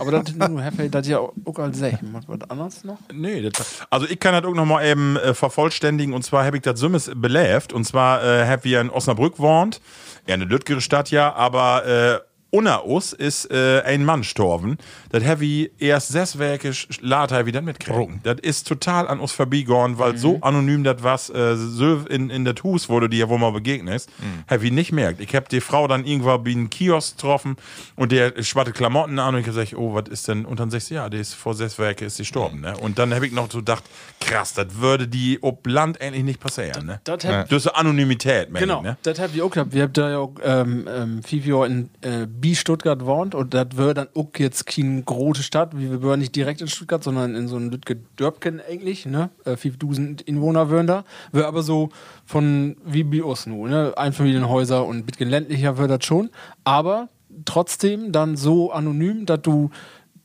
S4: Aber das nur Hefe, das ja auch auch als Sech. Macht was anderes noch?
S2: Nee, das, also ich kann das auch nochmal eben äh, vervollständigen und zwar habe ich das Summes beläft und zwar äh, habe ich in Osnabrück wohnt, ja eine Lüttgere Stadt ja, aber äh, unter uns ist äh, ein Mann gestorben. Das habe ich erst sechs Werke sch- later wieder mitkriegen. Das ist total an uns vorbeigegangen, weil
S4: Mhm.
S2: so anonym das was äh, so in, in das Hus wurde, die ja wo mal begegnest,
S4: Mhm.
S2: habe ich nicht merkt. Ich habe die Frau dann irgendwann bei einem Kiosk getroffen und der schwatte Klamotten an und ich hab gesagt, oh, was ist denn? Und dann sagst du, ja, die ist vor sechs Werke ist die gestorben. Ne? Und dann habe ich noch so gedacht, krass, das würde die ob Land endlich nicht passieren. Ne?
S4: Das hab,
S2: Durch so Anonymität, mein
S4: Genau,
S2: ich, ne?
S4: das habt ihr auch gehabt. Wir habt da ja auch ähm, ähm, viel Jahre in äh, B Stuttgart wohnt und das wäre dann auch jetzt keine große Stadt. Wir wären nicht direkt in Stuttgart, sondern in so einem Lütke Dörbken eigentlich, ne? Äh, 5000 Inwohner wären da. Wäre aber so von wie bei uns nur, ne? Einfamilienhäuser und ein bisschen ländlicher wäre das schon. Aber trotzdem dann so anonym, dass du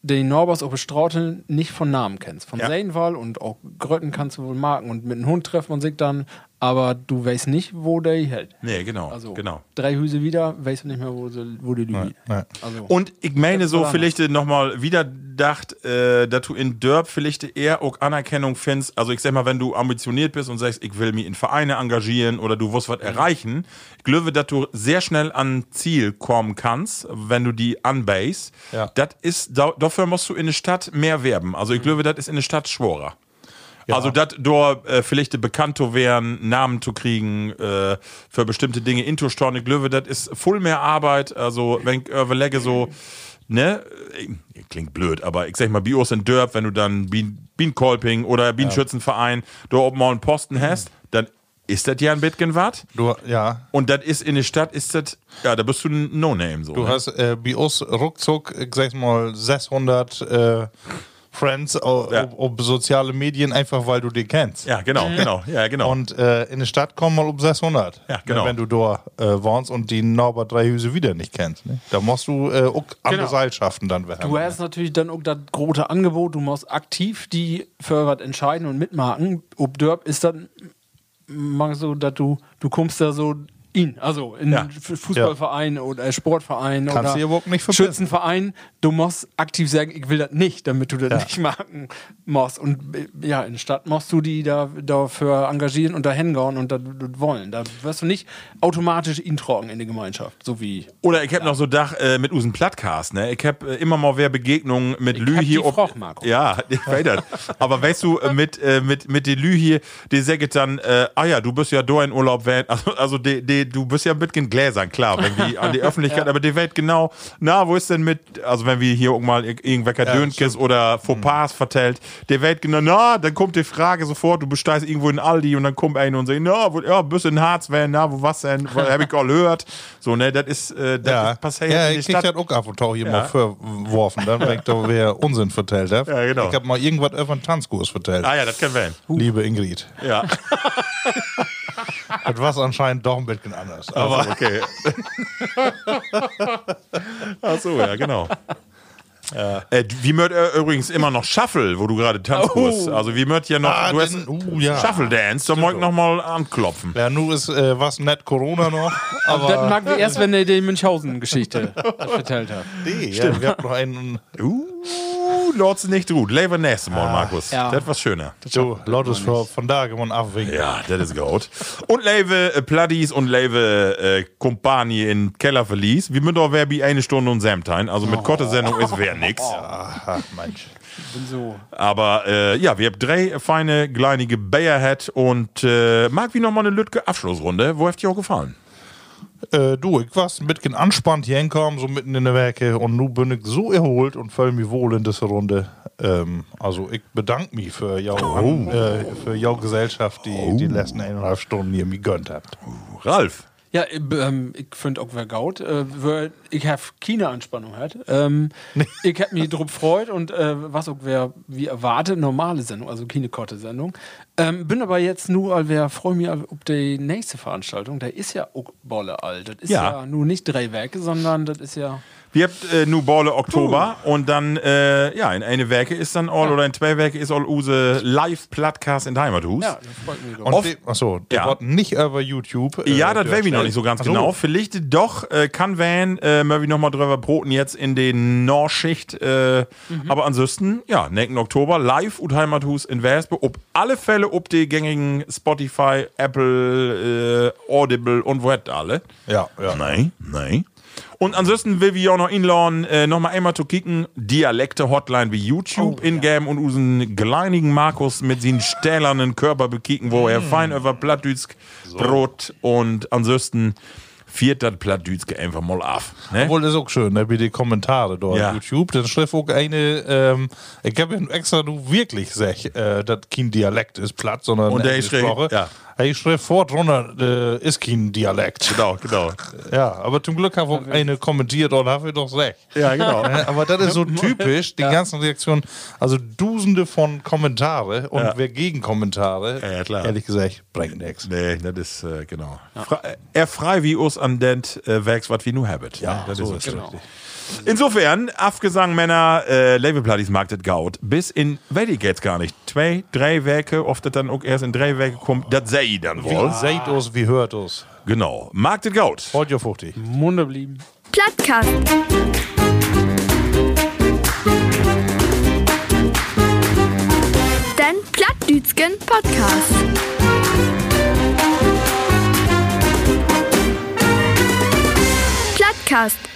S4: den Norbers auf der Straße nicht von Namen kennst. Von
S2: Ja.
S4: Seinwall und auch Grötten kannst du wohl marken und mit einem Hund trefft man sich dann, aber du weißt nicht, wo der hält.
S2: Nee, genau,
S4: Also
S2: genau.
S4: drei Hüse wieder, weißt du nicht mehr, wo, sie, wo die liegt. Also,
S2: Und ich meine so,
S4: Verdammt.
S2: vielleicht nochmal wieder dacht, äh, dass du in Dörp vielleicht eher auch Anerkennung findest. Also ich sag mal, wenn du ambitioniert bist und sagst, ich will mich in Vereine engagieren oder du wirst was erreichen, ich glaube, dass du sehr schnell an Ziel kommen kannst, wenn du die anbase.
S3: Ja.
S2: Das ist, da, dafür musst du in der Stadt mehr werben. Also ich glaube, das ist in der Stadt schwerer. Also, dass dort äh, vielleicht bekannt zu werden, Namen zu kriegen, äh, für bestimmte Dinge intustorn. Ich glaube, das ist voll mehr Arbeit. Also, wenn ich überlege, so, ne, äh, klingt blöd, aber ich sag mal, Bios in Dörp, wenn du dann Bien- Bienenkolping oder Bienenschützenverein, da oben mal einen Posten hast, dann ist das ja ein bisschen was.
S3: Du, ja,
S2: Und das ist in der Stadt, ist das, ja, da bist du ein No-Name, so.
S3: du
S2: ne?
S3: hast äh, bei uns ruckzuck, ich sag's mal, 600 äh, Friends auf,
S2: Ja.
S3: auf, auf soziale Medien, einfach weil du die kennst.
S2: ja, genau, genau, ja, genau.
S3: Und äh, in die Stadt kommen mal um 600.
S2: Ja, genau.
S3: Wenn du da äh, wohnst und die Norbert Dreihüse wieder nicht kennst. Ne? Da musst du äh, auch
S2: Genau.
S3: andere Seilschaften dann werden.
S4: du hast natürlich dann auch das große Angebot, du musst aktiv die für was entscheiden und mitmachen. Ob Dörp ist dann mal so, dass du, du kommst da so in, also in
S2: Ja.
S4: F- Fußballverein oder Sportverein
S3: Kannst
S4: oder
S3: du hier überhaupt nicht verbinden.
S4: Schützenverein, du musst aktiv sagen, ich will das nicht, damit du das nicht machen musst. Und äh, ja, in der Stadt musst du die da, dafür engagieren und da hingauen und das das wollen. Da wirst du nicht automatisch ihn trocken in die Gemeinschaft, so wie
S2: Oder ich hab noch so Dach äh, mit usen Plattcast, ne? Ich hab äh, immer mal wer Begegnungen mit Lü
S4: hab die
S2: hier. ob-
S4: Froch, Marco.
S2: Ja, ich weiß das. Aber weißt du, äh, mit, äh, mit, mit den Lü hier, die säget dann, äh, ah ja, du bist ja da in Urlaub, wenn, also, also die, die, du bist ja mit den Gläsern, klar, wenn wir an die Öffentlichkeit, aber die Welt genau, na, wo ist denn mit, also wenn wir hier auch mal ir- irgendwelche Dönkes oder
S3: Mhm.
S2: Fauxpas vertellt, die Welt genau, na, dann kommt die Frage sofort, du besteigst irgendwo in Aldi und dann kommt einer und sagt, na, wo, ja, bist in Harz, wenn, na, wo was denn, wo, hab ich all gehört. So, ne, das ist, äh, das
S3: ja,
S2: ist passiert
S3: ja
S2: in der
S3: ich krieg
S2: Stadt.
S3: das auch ab und tau hier
S2: Ja.
S3: mal ne? verworfen, dann denkt er, wer Unsinn vertellt hat.
S2: Ja, genau.
S3: Ich hab mal irgendwas über einen Tanzkurs vertellt.
S2: Ah ja, das kann werden.
S3: Liebe Ingrid.
S2: Ja,
S3: Das war anscheinend doch ein bisschen anders. Also, Aber
S2: aber okay. Ach so, ja, genau. Äh, d- wir mört äh, übrigens immer noch Shuffle, wo du gerade tanzkurs. Also wir mört ja noch
S3: Ah,
S2: du hast
S3: denn- uh, ja.
S2: Shuffle Dance, da mag ich noch mal anklopfen.
S3: ja, nun ist äh, was nett Corona noch. Ah, Aber
S4: Das mag ich erst, wenn er die Münchhausen-Geschichte verteilt hat.
S3: nee, ja, wir haben noch einen.
S2: Uh, Lords nicht gut. Lever nächstes Mal, Markus.
S4: ja.
S2: Das was schöner.
S3: So, Lottes von da gewonnen abwinken.
S2: Ja, das ist gut. Und Lewe äh, Pladdies und Lewe äh, Kompanie in Keller verließ. Wir müssen doch wer wie eine Stunde und Samtein. Also mit korte Sendung ist wer nix.
S3: Aha, Mensch.
S4: Bin so.
S2: Aber äh, ja, wir haben drei feine, kleinige Bayerhead und äh, mag wie nochmal eine Lütke Abschlussrunde. Wo habt ihr auch gefallen?
S3: Äh, du, ich war ein bisschen anspannt hier hinkommen, so mitten in der Werke und nun bin ich so erholt und fühle mich wohl in dieser Runde. Ähm, also ich bedanke mich für jou,
S2: Oh.
S3: äh, für jou Gesellschaft, die die letzten eineinhalb Stunden hier mir gönnt habt.
S2: Ralf.
S4: Ja, ich, ähm, ich finde auch wer gaut. Äh, wer- ich habe keine Anspannung hat. Ähm, Ich habe mich drüber gefreut und äh, was auch wer wie erwartet, normale Sendung, also keine korte Sendung. Ähm, bin aber jetzt nur, weil wer freue mich auf die nächste Veranstaltung. Der ist ja auch Bolle alt. Das ist
S2: Ja.
S4: ja, nur nicht drei Werke, sondern das ist ja.
S2: Wir habt äh, nu Borle Oktober und dann, äh, ja, in eine Werke ist dann all oder in zwei Werke ist all use Live-Plattcast in Heimathus. Ja,
S3: Und die, achso, der
S2: Ja.
S3: wird nicht über YouTube. äh,
S2: Ja, das wäre ich noch
S3: dargestellt.
S2: nicht so ganz
S3: Ach so.
S2: genau. Vielleicht doch äh, kann Van äh, Murphy nochmal drüber broten jetzt in den Nordschicht. Äh,
S3: Mhm.
S2: Aber ansonsten, ja, nächsten Oktober live und Heimathus in Wespe. Ob alle Fälle, ob die gängigen Spotify, Apple, äh, Audible und wo hat alle.
S3: Ja, ja.
S2: Nein, nein. Und ansonsten will wir auch noch inladen, äh, nochmal einmal zu kicken, Dialekte-Hotline wie YouTube in-game und unseren kleinigen Markus mit seinen stählernen Körper bekicken, wo er fein über Plattdütsk brot und ansonsten viert das Plattdütske einfach mal auf. Ne?
S3: Obwohl, das ist auch schön, ne, wie die Kommentare dort
S2: Ja.
S3: auf YouTube. Dann schrieb auch eine, ähm, ich habe ihm extra nur wirklich sech, äh, dass kein Dialekt ist platt, sondern
S2: Und der
S3: Englisch
S2: schrieb,
S3: Sprache.
S2: ja.
S3: Ich schrieb fort runter, äh, ist kein Dialekt.
S2: Genau, genau.
S3: Ja, aber zum Glück habe auch eine kommentiert und habe ich doch sech. Ja, genau. aber das ist so typisch, die ganzen Reaktionen, also Dusende von Kommentare und wer Gegenkommentare,
S2: Ja, ja, klar.
S3: ehrlich gesagt, bringt nichts.
S2: Nee, das ist, äh, genau. Fra äh, er frei wie us an dent äh, wächst, was wie nu habet. Ja, das ist es. Genau.
S3: richtig.
S2: Insofern, Afgesang Männer, äh, Labelplatties marktet Gaut. Bis in, weiß ich jetzt gar nicht, zwei, drei Werke, ob das dann auch erst in drei Werke kommt, das sei ich dann wohl.
S3: Wie seht uns, wie hört uns.
S2: Genau. Marktet Gaut.
S3: Freut ihr 50.
S4: Munde blieben.
S1: Plattkast. Den Plattdütschen Podcast. Plattkast